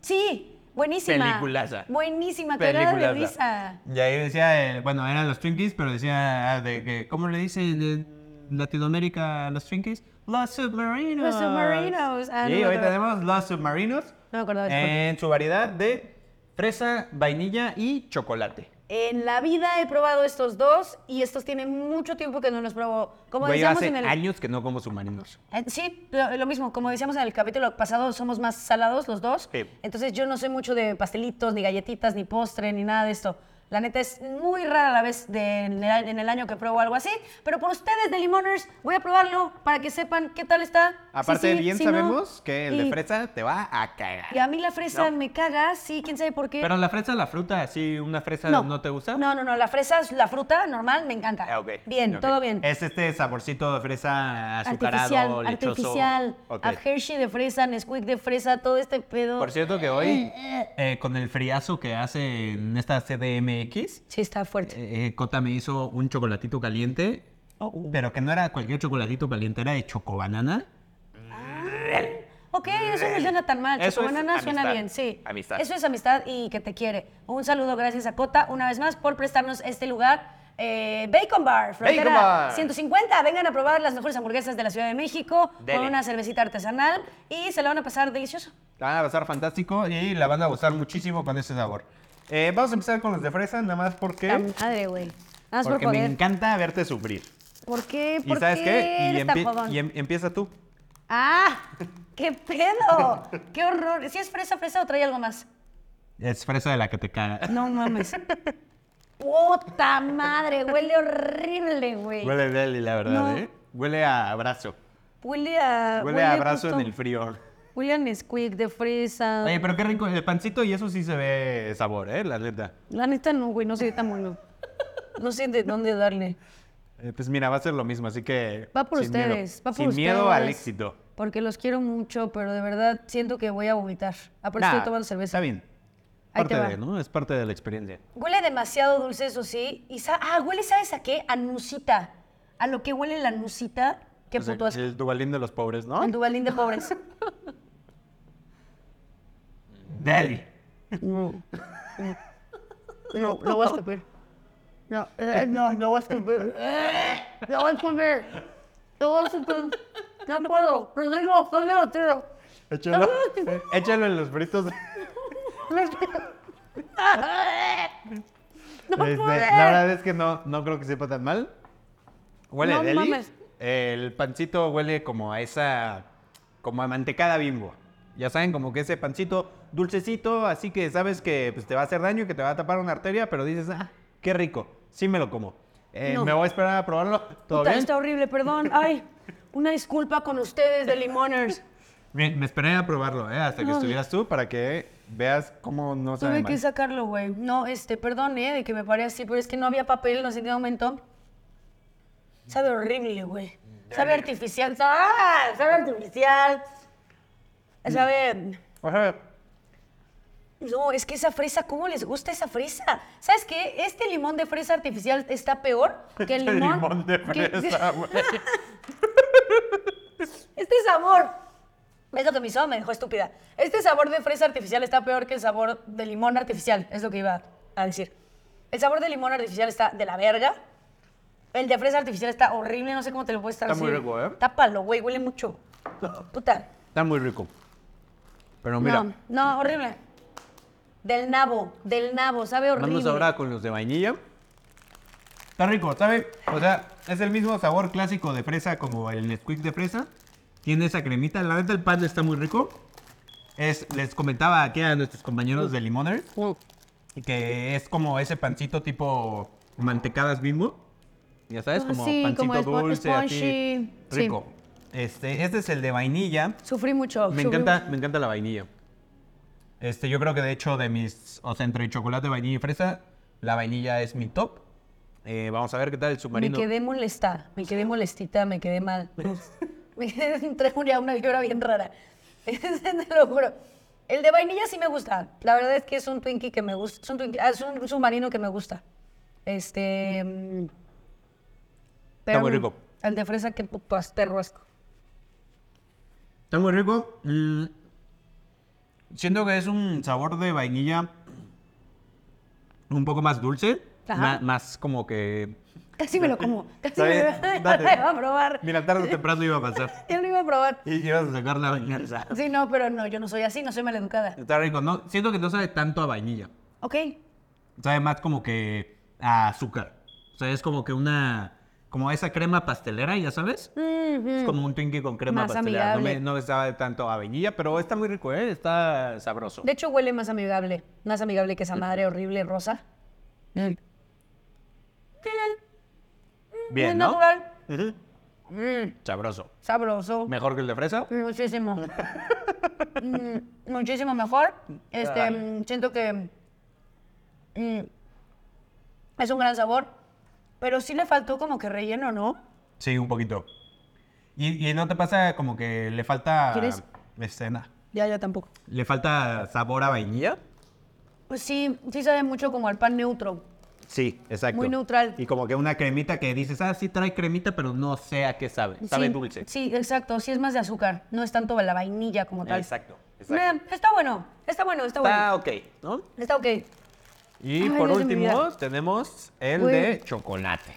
[SPEAKER 2] Sí, buenísima.
[SPEAKER 3] Peliculaza.
[SPEAKER 2] Buenísima, cagada de
[SPEAKER 3] Peliculaza.
[SPEAKER 2] risa.
[SPEAKER 3] Y ahí decía, eh, bueno, eran los Twinkies, pero decía ah, de que, ¿cómo le dicen en Latinoamérica a los Twinkies? Los Submarinos.
[SPEAKER 2] Los Submarinos. Ah,
[SPEAKER 3] y
[SPEAKER 2] no me
[SPEAKER 3] hoy
[SPEAKER 2] acuerdo.
[SPEAKER 3] tenemos Los Submarinos
[SPEAKER 2] No me acordaba de esa
[SPEAKER 3] en su variedad de fresa, vainilla y chocolate.
[SPEAKER 2] En la vida he probado estos dos y estos tienen mucho tiempo que no los pruebo. Como
[SPEAKER 3] Güey, yo
[SPEAKER 2] decíamos
[SPEAKER 3] hace
[SPEAKER 2] en el...
[SPEAKER 3] años que no como submarinos.
[SPEAKER 2] Eh, Sí, lo, lo mismo, como decíamos en el capítulo pasado, somos más salados los dos.
[SPEAKER 3] Sí.
[SPEAKER 2] Entonces yo no soy mucho de pastelitos, ni galletitas, ni postre, ni nada de esto. La neta es muy rara la vez de- en, el, en el año que pruebo algo así, pero por ustedes de Limoners voy a probarlo para que sepan qué tal está. si
[SPEAKER 3] Aparte,
[SPEAKER 2] sí,
[SPEAKER 3] bien
[SPEAKER 2] si no.
[SPEAKER 3] sabemos que el
[SPEAKER 2] y,
[SPEAKER 3] de fresa te va a cagar.
[SPEAKER 2] Y a mí la fresa me caga, sí, quién sabe por qué.
[SPEAKER 1] Pero la fresa, la fruta, así, una fresa no, te gusta.
[SPEAKER 2] No, no, no, la fresa es la fruta normal, me encanta.
[SPEAKER 3] Ah, ok,
[SPEAKER 2] Bien,
[SPEAKER 3] ok.
[SPEAKER 2] todo bien.
[SPEAKER 3] Es este saborcito de fresa azucarado,
[SPEAKER 2] artificial,
[SPEAKER 3] lechoso.
[SPEAKER 2] artificial.
[SPEAKER 3] Ok.
[SPEAKER 2] A Hershey de fresa, Nesquik de fresa, todo este pedo.
[SPEAKER 3] Por cierto que hoy,
[SPEAKER 1] Eh, con el friazo que hace en esta CDMX,
[SPEAKER 2] Sí, está fuerte.
[SPEAKER 1] eh, Cota me hizo un chocolatito caliente,
[SPEAKER 2] Oh, uh.
[SPEAKER 1] pero que no era cualquier chocolatito caliente, era de chocobanana.
[SPEAKER 2] Ok, eso no suena tan mal.
[SPEAKER 3] Eso
[SPEAKER 2] Eso
[SPEAKER 3] es
[SPEAKER 2] banana suena
[SPEAKER 3] amistad.
[SPEAKER 2] bien, sí.
[SPEAKER 3] Amistad.
[SPEAKER 2] Eso es amistad y que te quiere. Un saludo, gracias a Cota, una vez más, por prestarnos este lugar. Eh, Bacon Bar, frontera
[SPEAKER 3] Bacon Bar.
[SPEAKER 2] 150. Vengan a probar las mejores hamburguesas de la Ciudad de México
[SPEAKER 4] Dele.
[SPEAKER 2] con una cervecita artesanal y se la van a pasar delicioso.
[SPEAKER 3] la van a pasar fantástico y la van a gustar muchísimo con ese sabor. Eh, vamos a empezar con los de fresa, nada más porque,
[SPEAKER 2] La madre, güey. Nada más por
[SPEAKER 3] porque me
[SPEAKER 2] poder.
[SPEAKER 3] encanta verte sufrir.
[SPEAKER 2] ¿Por qué?
[SPEAKER 3] ¿Y
[SPEAKER 2] ¿Por
[SPEAKER 3] sabes qué? Y,
[SPEAKER 2] eres tan
[SPEAKER 3] empie-
[SPEAKER 2] jodón?
[SPEAKER 3] y em- empieza tú.
[SPEAKER 2] ¡Ah! ¡Qué pedo! ¡Qué horror! ¿Si es fresa, fresa o trae algo más?
[SPEAKER 1] Es fresa de la que te caga.
[SPEAKER 2] No mames. ¡Puta madre! Huele horrible, güey.
[SPEAKER 3] Huele deli, la verdad,
[SPEAKER 2] No.
[SPEAKER 3] ¿eh? Huele a abrazo.
[SPEAKER 2] Huele a.
[SPEAKER 3] Huele a abrazo
[SPEAKER 2] justo-
[SPEAKER 3] en el frío.
[SPEAKER 2] Huele a Nesquik de fresa.
[SPEAKER 3] Oye, pero qué rico el pancito y eso sí se ve sabor, ¿eh? La neta.
[SPEAKER 2] La neta no, güey, no sé tan bueno. No sé de dónde darle.
[SPEAKER 3] Eh, pues mira, va a ser lo mismo, así que.
[SPEAKER 2] Va por
[SPEAKER 3] sin miedo.
[SPEAKER 2] ustedes, va por
[SPEAKER 3] Sin
[SPEAKER 2] ustedes.
[SPEAKER 3] miedo al éxito.
[SPEAKER 2] Porque los quiero mucho, pero de verdad siento que voy a vomitar. Aparte,
[SPEAKER 3] Nah,
[SPEAKER 2] estoy tomando cerveza.
[SPEAKER 3] Está bien.
[SPEAKER 2] Ahí
[SPEAKER 3] Parte
[SPEAKER 2] te va.
[SPEAKER 3] de, ¿no? Es parte de la experiencia.
[SPEAKER 2] Huele demasiado dulce, eso sí. Y sa- ah, huele, ¿sabes a qué? A nusita. A lo que huele la nusita. Qué
[SPEAKER 3] O sea,
[SPEAKER 2] puto asco.
[SPEAKER 3] El dubalín de los pobres, ¿no?
[SPEAKER 2] El Dubalín de pobres.
[SPEAKER 1] Deli.
[SPEAKER 2] No, no vas a comer. No, eh, no, no vas a comer. No vas a comer. No vas a comer. No puedo. Rodrigo, Rodrigo, tío.
[SPEAKER 3] Échalo, Eh, échalo en los fritos.
[SPEAKER 2] No
[SPEAKER 3] Este,
[SPEAKER 2] puedo.
[SPEAKER 3] la verdad es que no, no creo que sepa tan mal. Huele
[SPEAKER 2] No
[SPEAKER 3] deli.
[SPEAKER 2] mames.
[SPEAKER 3] El pancito huele como a esa. como a mantecada bimbo. Ya saben, como que ese pancito dulcecito, así que sabes que pues, te va a hacer daño y que te va a tapar una arteria, pero dices, ah, qué rico, sí me lo como. Eh,
[SPEAKER 2] No.
[SPEAKER 3] Me voy a esperar a probarlo. ¿Todo
[SPEAKER 2] Puta,
[SPEAKER 3] bien?
[SPEAKER 2] está horrible, perdón. Ay, una disculpa con ustedes de Limoners.
[SPEAKER 3] Bien, me esperé a probarlo, ¿eh? Hasta que estuvieras tú para que veas cómo no sabe
[SPEAKER 2] Tuve
[SPEAKER 3] mal.
[SPEAKER 2] que sacarlo, güey. No, este, perdón, eh, de que me paré así, pero es que no había papel, no sé en qué momento. Sabe horrible, güey. Sabe artificial. ¡Ah! Sabe artificial. Sabe...
[SPEAKER 3] O sea,
[SPEAKER 2] No, es que esa fresa, ¿cómo les gusta esa fresa? ¿Sabes qué? Este limón de fresa artificial está peor que el
[SPEAKER 3] Este
[SPEAKER 2] limón.
[SPEAKER 3] limón de
[SPEAKER 2] que-
[SPEAKER 3] fresa, güey.
[SPEAKER 2] este sabor. Es lo que mi soda me dejó estúpida. Este sabor de fresa artificial está peor que el sabor de limón artificial, es lo que iba a decir. El sabor de limón artificial está de la verga. El de fresa artificial está horrible, no sé cómo te lo puedes estar
[SPEAKER 3] Está muy rico, ¿eh?
[SPEAKER 2] Tápalo, güey, huele mucho. Puta.
[SPEAKER 3] está muy rico. Pero mira,
[SPEAKER 2] No, no, horrible. Del nabo, del nabo, sabe horrible.
[SPEAKER 3] vamos ahora con los de vainilla.
[SPEAKER 1] Está rico, ¿sabe? O sea, es el mismo sabor clásico de fresa como el Nesquik de fresa. Tiene esa cremita. La neta, el pan está muy rico. Es, les comentaba aquí a nuestros compañeros de Limoner que es como ese pancito tipo mantecadas bimbo.
[SPEAKER 3] Ya sabes, como
[SPEAKER 2] Ah, Sí,
[SPEAKER 3] pancito
[SPEAKER 2] como espo-
[SPEAKER 3] dulce, así.
[SPEAKER 2] spongy, sí.
[SPEAKER 3] Rico.
[SPEAKER 1] Este, este es el de vainilla.
[SPEAKER 2] Sufrí mucho.
[SPEAKER 3] Me
[SPEAKER 2] sufrí
[SPEAKER 3] encanta, me encanta la vainilla.
[SPEAKER 1] Este, yo creo que de hecho de mis, o sea, entre chocolate, vainilla y fresa, la vainilla es mi top.
[SPEAKER 3] Eh, vamos a ver qué tal el
[SPEAKER 2] Me
[SPEAKER 3] submarino.
[SPEAKER 2] quedé molesta, me quedé molestita, me quedé mal. me quedé trajo ya una vibra bien rara. Te lo juro. El de vainilla sí me gusta. La verdad es que es un Twinkie que me gusta. Es un, Twinkie- ah, es un submarino que me gusta. Este. mm, Pero
[SPEAKER 3] muy
[SPEAKER 2] no,
[SPEAKER 3] rico.
[SPEAKER 2] El de fresa, que puto as- perro asco.
[SPEAKER 1] Está muy rico. Mm. Siento que es un sabor de vainilla un poco más dulce.
[SPEAKER 2] Ajá.
[SPEAKER 3] Ma- más como que.
[SPEAKER 2] Casi me lo como. Casi
[SPEAKER 3] Está
[SPEAKER 2] me lo
[SPEAKER 3] bien, date.
[SPEAKER 2] iba a probar.
[SPEAKER 3] Mira, tarde o temprano iba a pasar.
[SPEAKER 2] Yo lo iba a probar.
[SPEAKER 1] Y ibas a sacar la venganza.
[SPEAKER 2] Sí, no, pero no, yo no soy así, no soy maleducada.
[SPEAKER 1] Está rico, ¿no? Siento que no sabe tanto a vainilla.
[SPEAKER 2] Ok.
[SPEAKER 1] Sabe más como que a azúcar. O sea, es como que una... Como esa crema pastelera, ya sabes. Es como un Twinkie con crema
[SPEAKER 2] Mm. Más
[SPEAKER 1] pastelera.
[SPEAKER 3] No
[SPEAKER 2] amigable.
[SPEAKER 3] me, no me sabe tanto a vainilla, pero está muy rico, ¿eh? Está sabroso.
[SPEAKER 2] De hecho, huele más amigable. Más amigable que esa madre horrible rosa.
[SPEAKER 3] Bien,
[SPEAKER 2] Muy
[SPEAKER 3] ¿no?
[SPEAKER 2] natural.
[SPEAKER 3] Ujú.
[SPEAKER 2] Mm,
[SPEAKER 3] Sabroso.
[SPEAKER 2] sabroso.
[SPEAKER 3] ¿Mejor que el de fresa?
[SPEAKER 2] Muchísimo. Mm, muchísimo mejor. Este, mm, siento que mm, es un gran sabor, pero sí le faltó como que relleno, ¿no?
[SPEAKER 3] Sí, un poquito. ¿Y, y no te pasa como que le falta
[SPEAKER 2] ¿Quieres?
[SPEAKER 3] escena?
[SPEAKER 2] Ya, ya tampoco.
[SPEAKER 3] ¿Le falta sabor a vainilla?
[SPEAKER 2] Pues sí, sí sabe mucho como al pan neutro.
[SPEAKER 3] Sí, exacto.
[SPEAKER 2] Muy neutral.
[SPEAKER 3] Y como que una cremita que dices, ah, sí trae cremita, pero no sé a qué sabe. Sabe
[SPEAKER 2] sí,
[SPEAKER 3] dulce.
[SPEAKER 2] Sí, exacto. Sí es más de azúcar. No es tanto la vainilla como tal.
[SPEAKER 4] Exacto,
[SPEAKER 2] Eh, está bueno, está bueno, está
[SPEAKER 3] Está
[SPEAKER 2] bueno.
[SPEAKER 3] ok, ¿no?
[SPEAKER 2] Está ok.
[SPEAKER 3] Y
[SPEAKER 2] Ay,
[SPEAKER 3] por
[SPEAKER 2] Dios de mi
[SPEAKER 3] último,
[SPEAKER 2] vida.
[SPEAKER 3] tenemos el
[SPEAKER 2] Güey.
[SPEAKER 3] de chocolate.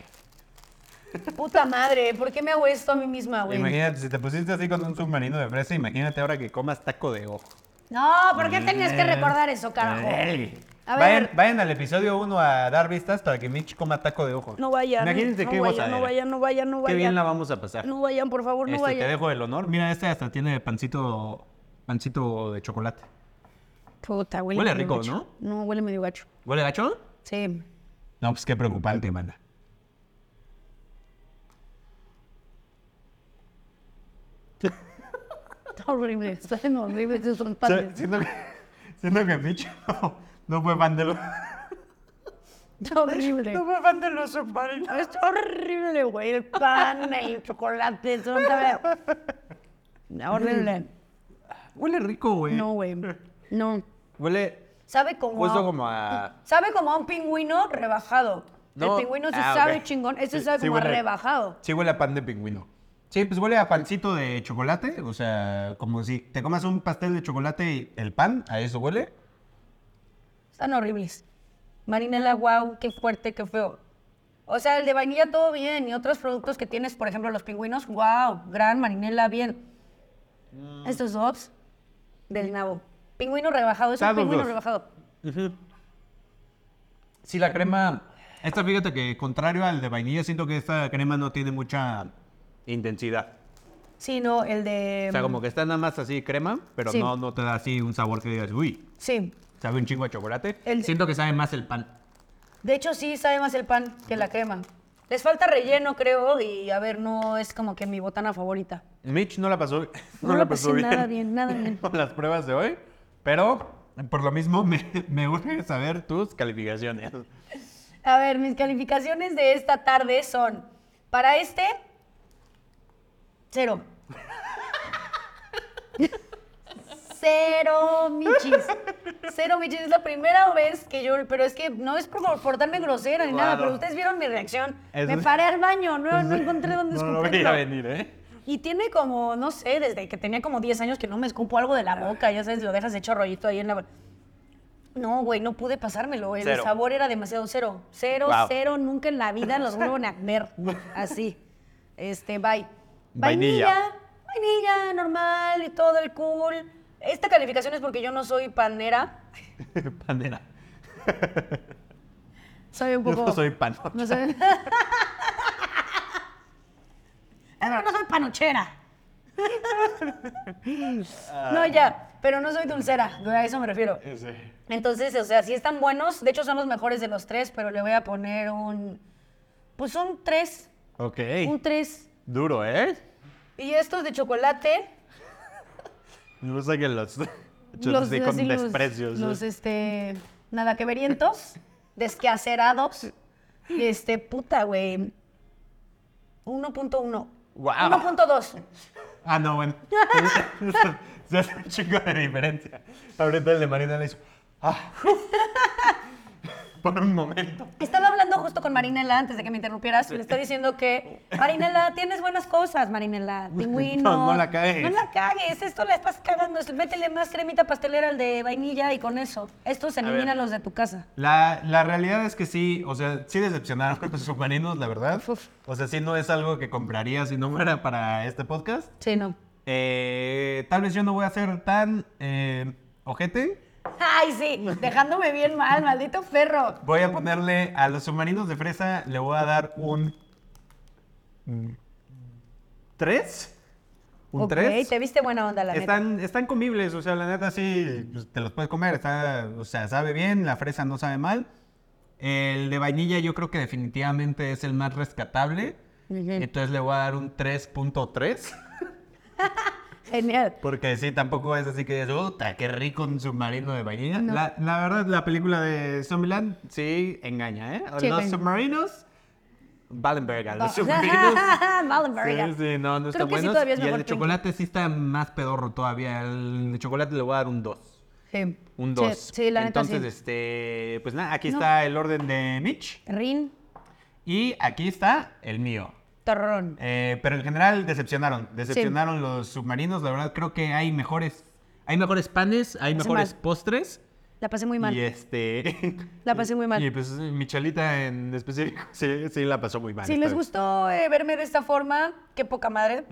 [SPEAKER 2] Puta madre, ¿por qué me hago esto a mí misma, güey?
[SPEAKER 3] Imagínate, si te pusiste así con un submarino de fresa, imagínate ahora que comas taco de ojo.
[SPEAKER 2] No, ¿por qué tenías que recordar eso, carajo?
[SPEAKER 3] Ey.
[SPEAKER 2] A
[SPEAKER 3] Vayan,
[SPEAKER 2] ver.
[SPEAKER 3] vayan al episodio 1 a dar vistas para que Mitch coma taco de ojo.
[SPEAKER 2] No vayan.
[SPEAKER 3] Imagínense
[SPEAKER 2] no
[SPEAKER 3] qué
[SPEAKER 2] vayan,
[SPEAKER 3] gozadera.
[SPEAKER 2] No vayan, no vayan, no
[SPEAKER 3] Qué
[SPEAKER 2] vayan.
[SPEAKER 3] bien la vamos a pasar.
[SPEAKER 2] No vayan, por favor, no
[SPEAKER 3] Este, te
[SPEAKER 2] vayan.
[SPEAKER 3] dejo el honor. Mira, este hasta tiene pancito, pancito de chocolate.
[SPEAKER 2] Puta, huele,
[SPEAKER 3] Huele
[SPEAKER 2] medio
[SPEAKER 3] rico,
[SPEAKER 2] gacho. No, huele medio gacho.
[SPEAKER 3] ¿Huele gacho?
[SPEAKER 2] Sí.
[SPEAKER 3] No, pues qué preocupante, mana.
[SPEAKER 2] Está horrible. Está siendo horrible. Estos son panes.
[SPEAKER 3] Siento que, siento que Mitch no, no fue fan de los...
[SPEAKER 2] Está horrible.
[SPEAKER 3] fue fan de los submarinos.
[SPEAKER 2] Es horrible, güey. El pan y el chocolate. Eso no sabe. Horrible.
[SPEAKER 3] Huele rico, güey.
[SPEAKER 2] No, güey. No.
[SPEAKER 3] Huele
[SPEAKER 2] Sabe como.
[SPEAKER 3] justo
[SPEAKER 2] a-
[SPEAKER 3] como a...
[SPEAKER 2] Sabe como a un pingüino rebajado.
[SPEAKER 3] No.
[SPEAKER 2] El pingüino sí
[SPEAKER 3] Ah,
[SPEAKER 2] sabe
[SPEAKER 3] ok.
[SPEAKER 2] chingón. Este
[SPEAKER 3] Sí,
[SPEAKER 2] sabe
[SPEAKER 3] sí
[SPEAKER 2] como a
[SPEAKER 3] huele-
[SPEAKER 2] rebajado.
[SPEAKER 3] Sí, huele a pan de pingüino. Sí, pues huele a pancito de chocolate. O sea, como si te comas un pastel de chocolate y el pan, a eso huele.
[SPEAKER 2] Están horribles. Marinela, wow, qué fuerte, qué feo. O sea, el de vainilla todo bien y otros productos que tienes, por ejemplo, los pingüinos, wow, gran marinela, bien.
[SPEAKER 3] Mm.
[SPEAKER 2] Estos dos del nabo. Pingüino rebajado, es un
[SPEAKER 3] Sabrosos.
[SPEAKER 2] pingüino rebajado.
[SPEAKER 3] Sí, la crema... Esta, fíjate que contrario al de vainilla, siento que esta crema no tiene mucha intensidad.
[SPEAKER 2] Sí, no, el de.
[SPEAKER 3] O sea, como que está nada más así crema, pero
[SPEAKER 2] Sí.
[SPEAKER 3] no, no te da así un sabor que digas, uy,
[SPEAKER 2] Sí.
[SPEAKER 3] sabe un chingo a chocolate.
[SPEAKER 2] El-
[SPEAKER 3] Siento que sabe más el pan.
[SPEAKER 2] De hecho, sí sabe más el pan que la crema. Les falta relleno, creo, y a ver, no es como que mi botana favorita.
[SPEAKER 3] Mitch no la pasó,
[SPEAKER 2] No la pasé nada bien, nada bien.
[SPEAKER 3] con las pruebas de hoy, pero por lo mismo me, me urge saber tus calificaciones.
[SPEAKER 2] A ver, mis calificaciones de esta tarde son para este cero. Cero michis. Cero michis. Es la primera vez que yo. Pero es que no es por, por darme grosera ni nada,
[SPEAKER 3] Claro.
[SPEAKER 2] pero ustedes vieron mi reacción.
[SPEAKER 3] Eso
[SPEAKER 2] Me
[SPEAKER 3] sí.
[SPEAKER 2] paré al baño, no, no encontré dónde
[SPEAKER 3] No
[SPEAKER 2] escupirlo.
[SPEAKER 3] lo veía venir, ¿eh?
[SPEAKER 2] Y tiene como, no sé, desde que tenía como 10 años que no me escupo algo de la boca, ya sabes, lo dejas hecho rollito ahí en la... No, güey, no pude pasármelo. El
[SPEAKER 4] Cero.
[SPEAKER 2] sabor era demasiado cero. Cero,
[SPEAKER 4] Wow.
[SPEAKER 2] cero, nunca en la vida los vuelvo ni a ver. Así. Este, bye.
[SPEAKER 3] Vainilla.
[SPEAKER 2] Vainilla, normal, y todo el cool. Esta calificación es porque yo no soy panera.
[SPEAKER 3] Pandera.
[SPEAKER 2] Soy un
[SPEAKER 3] Yo
[SPEAKER 2] poco...
[SPEAKER 3] no soy pan.
[SPEAKER 2] No soy... Pero no soy panochera. No, ya, pero no soy dulcera, a eso me refiero. Entonces, o sea, sí están buenos, de hecho son los mejores de los tres, pero le voy a poner un, pues un tres,
[SPEAKER 3] Ok.
[SPEAKER 2] un tres.
[SPEAKER 3] Duro, ¿eh?
[SPEAKER 2] Y estos de chocolate,
[SPEAKER 3] Me gusta que los... Yo
[SPEAKER 2] los,
[SPEAKER 3] sí, con
[SPEAKER 2] así los-
[SPEAKER 3] desprecios.
[SPEAKER 2] los, este, nada que verientos, desquacerados, este, puta, güey, 1.1.
[SPEAKER 3] Wow.
[SPEAKER 2] 1.2.
[SPEAKER 3] Ah, no, bueno. Se hace un chingo de diferencia. Ahorita el de Marina le hizo... ah, Por un momento.
[SPEAKER 2] Estaba hablando justo con Marinela antes de que me interrumpieras. Le estoy diciendo que, Marinela, tienes buenas cosas, Marinela. Pingüino.
[SPEAKER 3] No, no la cagues.
[SPEAKER 2] No la cagues. Esto la estás cagando. Es- Métele más cremita pastelera al de vainilla y con eso. Estos eliminan los de tu casa.
[SPEAKER 3] La, la realidad es que sí, o sea, sí decepcionaron con los submarinos, la verdad. O sea, sí no es algo que compraría si no fuera para este podcast.
[SPEAKER 2] Sí, no.
[SPEAKER 3] Eh, tal vez yo no voy a ser tan eh, ojete.
[SPEAKER 2] Ay, sí. Dejándome bien mal, maldito perro.
[SPEAKER 3] Voy a ponerle a los submarinos de fresa, le voy a dar un... ¿Tres? ¿Un
[SPEAKER 2] Ok,
[SPEAKER 3] tres?
[SPEAKER 2] Te viste buena onda, la neta.
[SPEAKER 3] Están, están comibles, o sea, la neta sí, pues, te los puedes comer, está, o sea, sabe bien, la fresa no sabe mal.
[SPEAKER 1] El de vainilla yo creo que definitivamente es el más rescatable. Entonces le voy a dar un 3.3.
[SPEAKER 2] Genial.
[SPEAKER 1] Porque sí, tampoco es así que dices, "Uta, qué rico un submarino de vainilla. La, la verdad, la película de Zombieland sí engaña, ¿eh?
[SPEAKER 2] Sí,
[SPEAKER 1] los
[SPEAKER 2] engaña.
[SPEAKER 1] submarinos, Valenberga, los submarinos.
[SPEAKER 2] Valenberga.
[SPEAKER 1] Sí, sí, no, no están
[SPEAKER 2] Oh. Creo que sí
[SPEAKER 1] buenos.
[SPEAKER 2] todavía es
[SPEAKER 1] y el
[SPEAKER 2] mejor
[SPEAKER 1] de
[SPEAKER 2] Twinkie.
[SPEAKER 1] chocolate sí está más pedorro todavía. El de chocolate le voy a dar un 2.
[SPEAKER 2] Sí.
[SPEAKER 1] Un
[SPEAKER 2] Sí,
[SPEAKER 1] 2.
[SPEAKER 2] Sí, la neta
[SPEAKER 1] Entonces,
[SPEAKER 2] sí.
[SPEAKER 1] este, pues nada, aquí está el orden de Mitch
[SPEAKER 2] Rin,
[SPEAKER 1] y aquí está el mío.
[SPEAKER 2] torrón.
[SPEAKER 1] Eh, pero en general decepcionaron, decepcionaron los submarinos. La verdad creo que hay mejores, hay mejores panes, hay
[SPEAKER 2] Hace
[SPEAKER 1] mejores
[SPEAKER 2] mal.
[SPEAKER 1] postres.
[SPEAKER 2] La pasé muy mal.
[SPEAKER 1] Y este.
[SPEAKER 2] La pasé muy mal.
[SPEAKER 1] Y pues Michelita en específico sí, sí la pasó muy mal.
[SPEAKER 2] Si
[SPEAKER 1] esta
[SPEAKER 2] les
[SPEAKER 1] vez.
[SPEAKER 2] gustó eh, verme de esta forma, qué poca madre.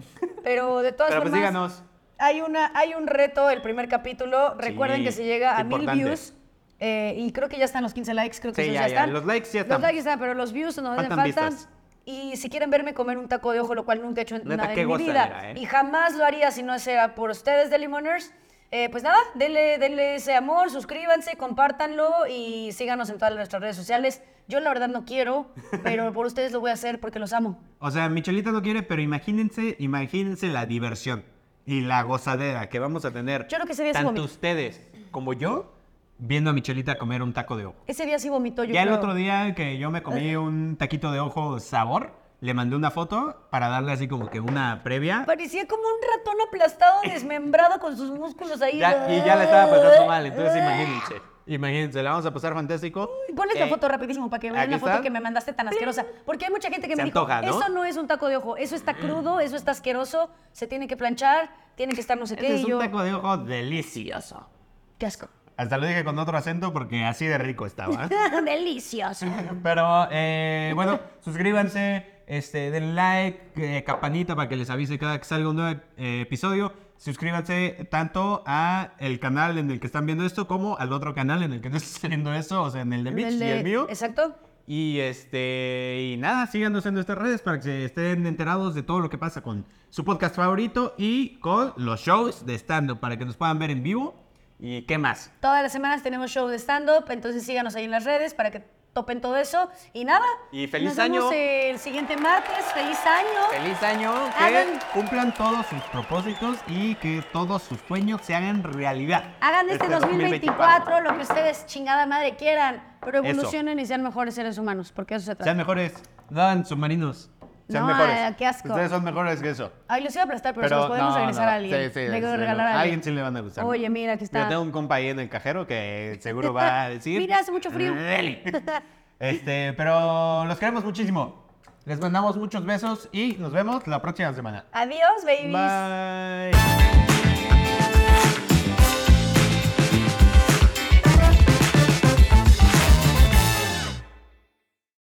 [SPEAKER 2] Pero de todas
[SPEAKER 1] Pero pues
[SPEAKER 2] formas.
[SPEAKER 1] díganos.
[SPEAKER 2] Hay, una, hay un reto, el primer capítulo. Recuerden
[SPEAKER 1] Sí,
[SPEAKER 2] que se llega a
[SPEAKER 1] importante.
[SPEAKER 2] mil views. eh, y creo que ya están los 15 likes, creo que
[SPEAKER 1] Sí,
[SPEAKER 2] esos
[SPEAKER 1] ya,
[SPEAKER 2] ya,
[SPEAKER 1] ya,
[SPEAKER 2] están.
[SPEAKER 1] los likes ya
[SPEAKER 2] Los
[SPEAKER 1] estamos.
[SPEAKER 2] likes ya están, pero los views no hacen
[SPEAKER 1] Faltan
[SPEAKER 2] falta.
[SPEAKER 1] vistas.
[SPEAKER 2] Y si quieren verme comer un taco de ojo, lo cual nunca he hecho en,
[SPEAKER 1] Neta,
[SPEAKER 2] nada
[SPEAKER 1] qué
[SPEAKER 2] en mi vida.
[SPEAKER 1] gozadera, ¿eh?
[SPEAKER 2] Y jamás lo haría si no sea por ustedes de Limoners. Eh, pues nada, denle, denle ese amor, suscríbanse, compártanlo y síganos en todas nuestras redes sociales. Yo la verdad no quiero, pero por ustedes lo voy a hacer porque los amo.
[SPEAKER 1] O sea, Michelita no quiere, pero imagínense, imagínense la diversión y la gozadera que vamos a tener.
[SPEAKER 2] Yo creo que ese día sí
[SPEAKER 1] Tanto
[SPEAKER 2] vomito.
[SPEAKER 1] ustedes como yo viendo a Michelita comer un taco de ojo.
[SPEAKER 2] Ese día sí vomito yo.
[SPEAKER 1] ya el
[SPEAKER 2] creo.
[SPEAKER 1] otro día que yo me comí un taquito de ojo sabor, le mandé una foto para darle así como que una previa.
[SPEAKER 2] Parecía como un ratón aplastado, desmembrado con sus músculos ahí.
[SPEAKER 1] Ya- y ya la estaba pasando mal,
[SPEAKER 2] ah.
[SPEAKER 1] entonces imagínense.
[SPEAKER 2] Pues-
[SPEAKER 1] Imagínense, la vamos a pasar fantástico.
[SPEAKER 2] Ponle esta
[SPEAKER 1] Eh,
[SPEAKER 2] foto rapidísimo para que vean
[SPEAKER 1] aquí
[SPEAKER 2] la foto
[SPEAKER 1] está.
[SPEAKER 2] que me mandaste tan asquerosa. Porque hay mucha gente que
[SPEAKER 1] Se
[SPEAKER 2] me dijo,
[SPEAKER 1] antoja, ¿no?
[SPEAKER 2] eso no es un taco de ojo, eso está
[SPEAKER 1] Mm.
[SPEAKER 2] crudo, eso está asqueroso, se tiene que planchar, tiene que estar no sé
[SPEAKER 1] Este
[SPEAKER 2] qué.
[SPEAKER 1] es
[SPEAKER 2] y
[SPEAKER 1] un
[SPEAKER 2] yo,
[SPEAKER 1] taco de ojo delicioso.
[SPEAKER 2] qué asco.
[SPEAKER 1] Hasta lo dije con otro acento porque así de rico estaba. ¿eh?
[SPEAKER 2] Delicioso.
[SPEAKER 1] Pero eh, bueno, suscríbanse, este, denle like, eh, campanita para que les avise cada que salga un nuevo eh, episodio. Suscríbanse tanto a el canal en el que están viendo esto como al otro canal en el que no están viendo esto, o sea, en el de Mitch
[SPEAKER 2] El
[SPEAKER 1] y
[SPEAKER 2] de-
[SPEAKER 1] el mío.
[SPEAKER 2] Exacto.
[SPEAKER 1] Y este y nada, síganos en nuestras redes para que se estén enterados de todo lo que pasa con su podcast favorito y con los shows de stand-up para que nos puedan ver en vivo. ¿Y qué más?
[SPEAKER 2] Todas las semanas tenemos show de stand-up, entonces síganos ahí en las redes para que topen todo eso. Y nada.
[SPEAKER 1] Y feliz
[SPEAKER 2] nos vemos
[SPEAKER 1] año.
[SPEAKER 2] el siguiente martes. ¡Feliz año!
[SPEAKER 1] Feliz año, que
[SPEAKER 2] Hagan-
[SPEAKER 1] cumplan todos sus propósitos y que todos sus sueños se hagan realidad.
[SPEAKER 2] Hagan de este 2024 lo que ustedes chingada madre quieran, pero
[SPEAKER 1] Eso.
[SPEAKER 2] evolucionen y sean mejores seres humanos, porque de eso se trata.
[SPEAKER 1] Sean mejores, dan submarinos. Sean
[SPEAKER 2] No,
[SPEAKER 1] mejores.
[SPEAKER 2] eh, qué asco.
[SPEAKER 1] Ustedes son mejores que eso.
[SPEAKER 2] Ay, los iba a aplastar, pero, se
[SPEAKER 1] Pero
[SPEAKER 2] los podemos
[SPEAKER 1] no,
[SPEAKER 2] regresar
[SPEAKER 1] no,
[SPEAKER 2] a alguien.
[SPEAKER 1] sí, sí,
[SPEAKER 2] Le quiero
[SPEAKER 1] sí,
[SPEAKER 2] regalar
[SPEAKER 1] no.
[SPEAKER 2] a
[SPEAKER 1] A
[SPEAKER 2] alguien.
[SPEAKER 1] alguien sí le van a gustar.
[SPEAKER 2] Oye, mira, aquí está.
[SPEAKER 1] Yo tengo un compa ahí en el cajero que seguro va a decir.
[SPEAKER 2] Mira, hace mucho frío.
[SPEAKER 1] "Dele". Este, pero los queremos muchísimo. Les mandamos muchos besos y nos vemos la próxima semana.
[SPEAKER 2] Adiós, babies.
[SPEAKER 1] Bye.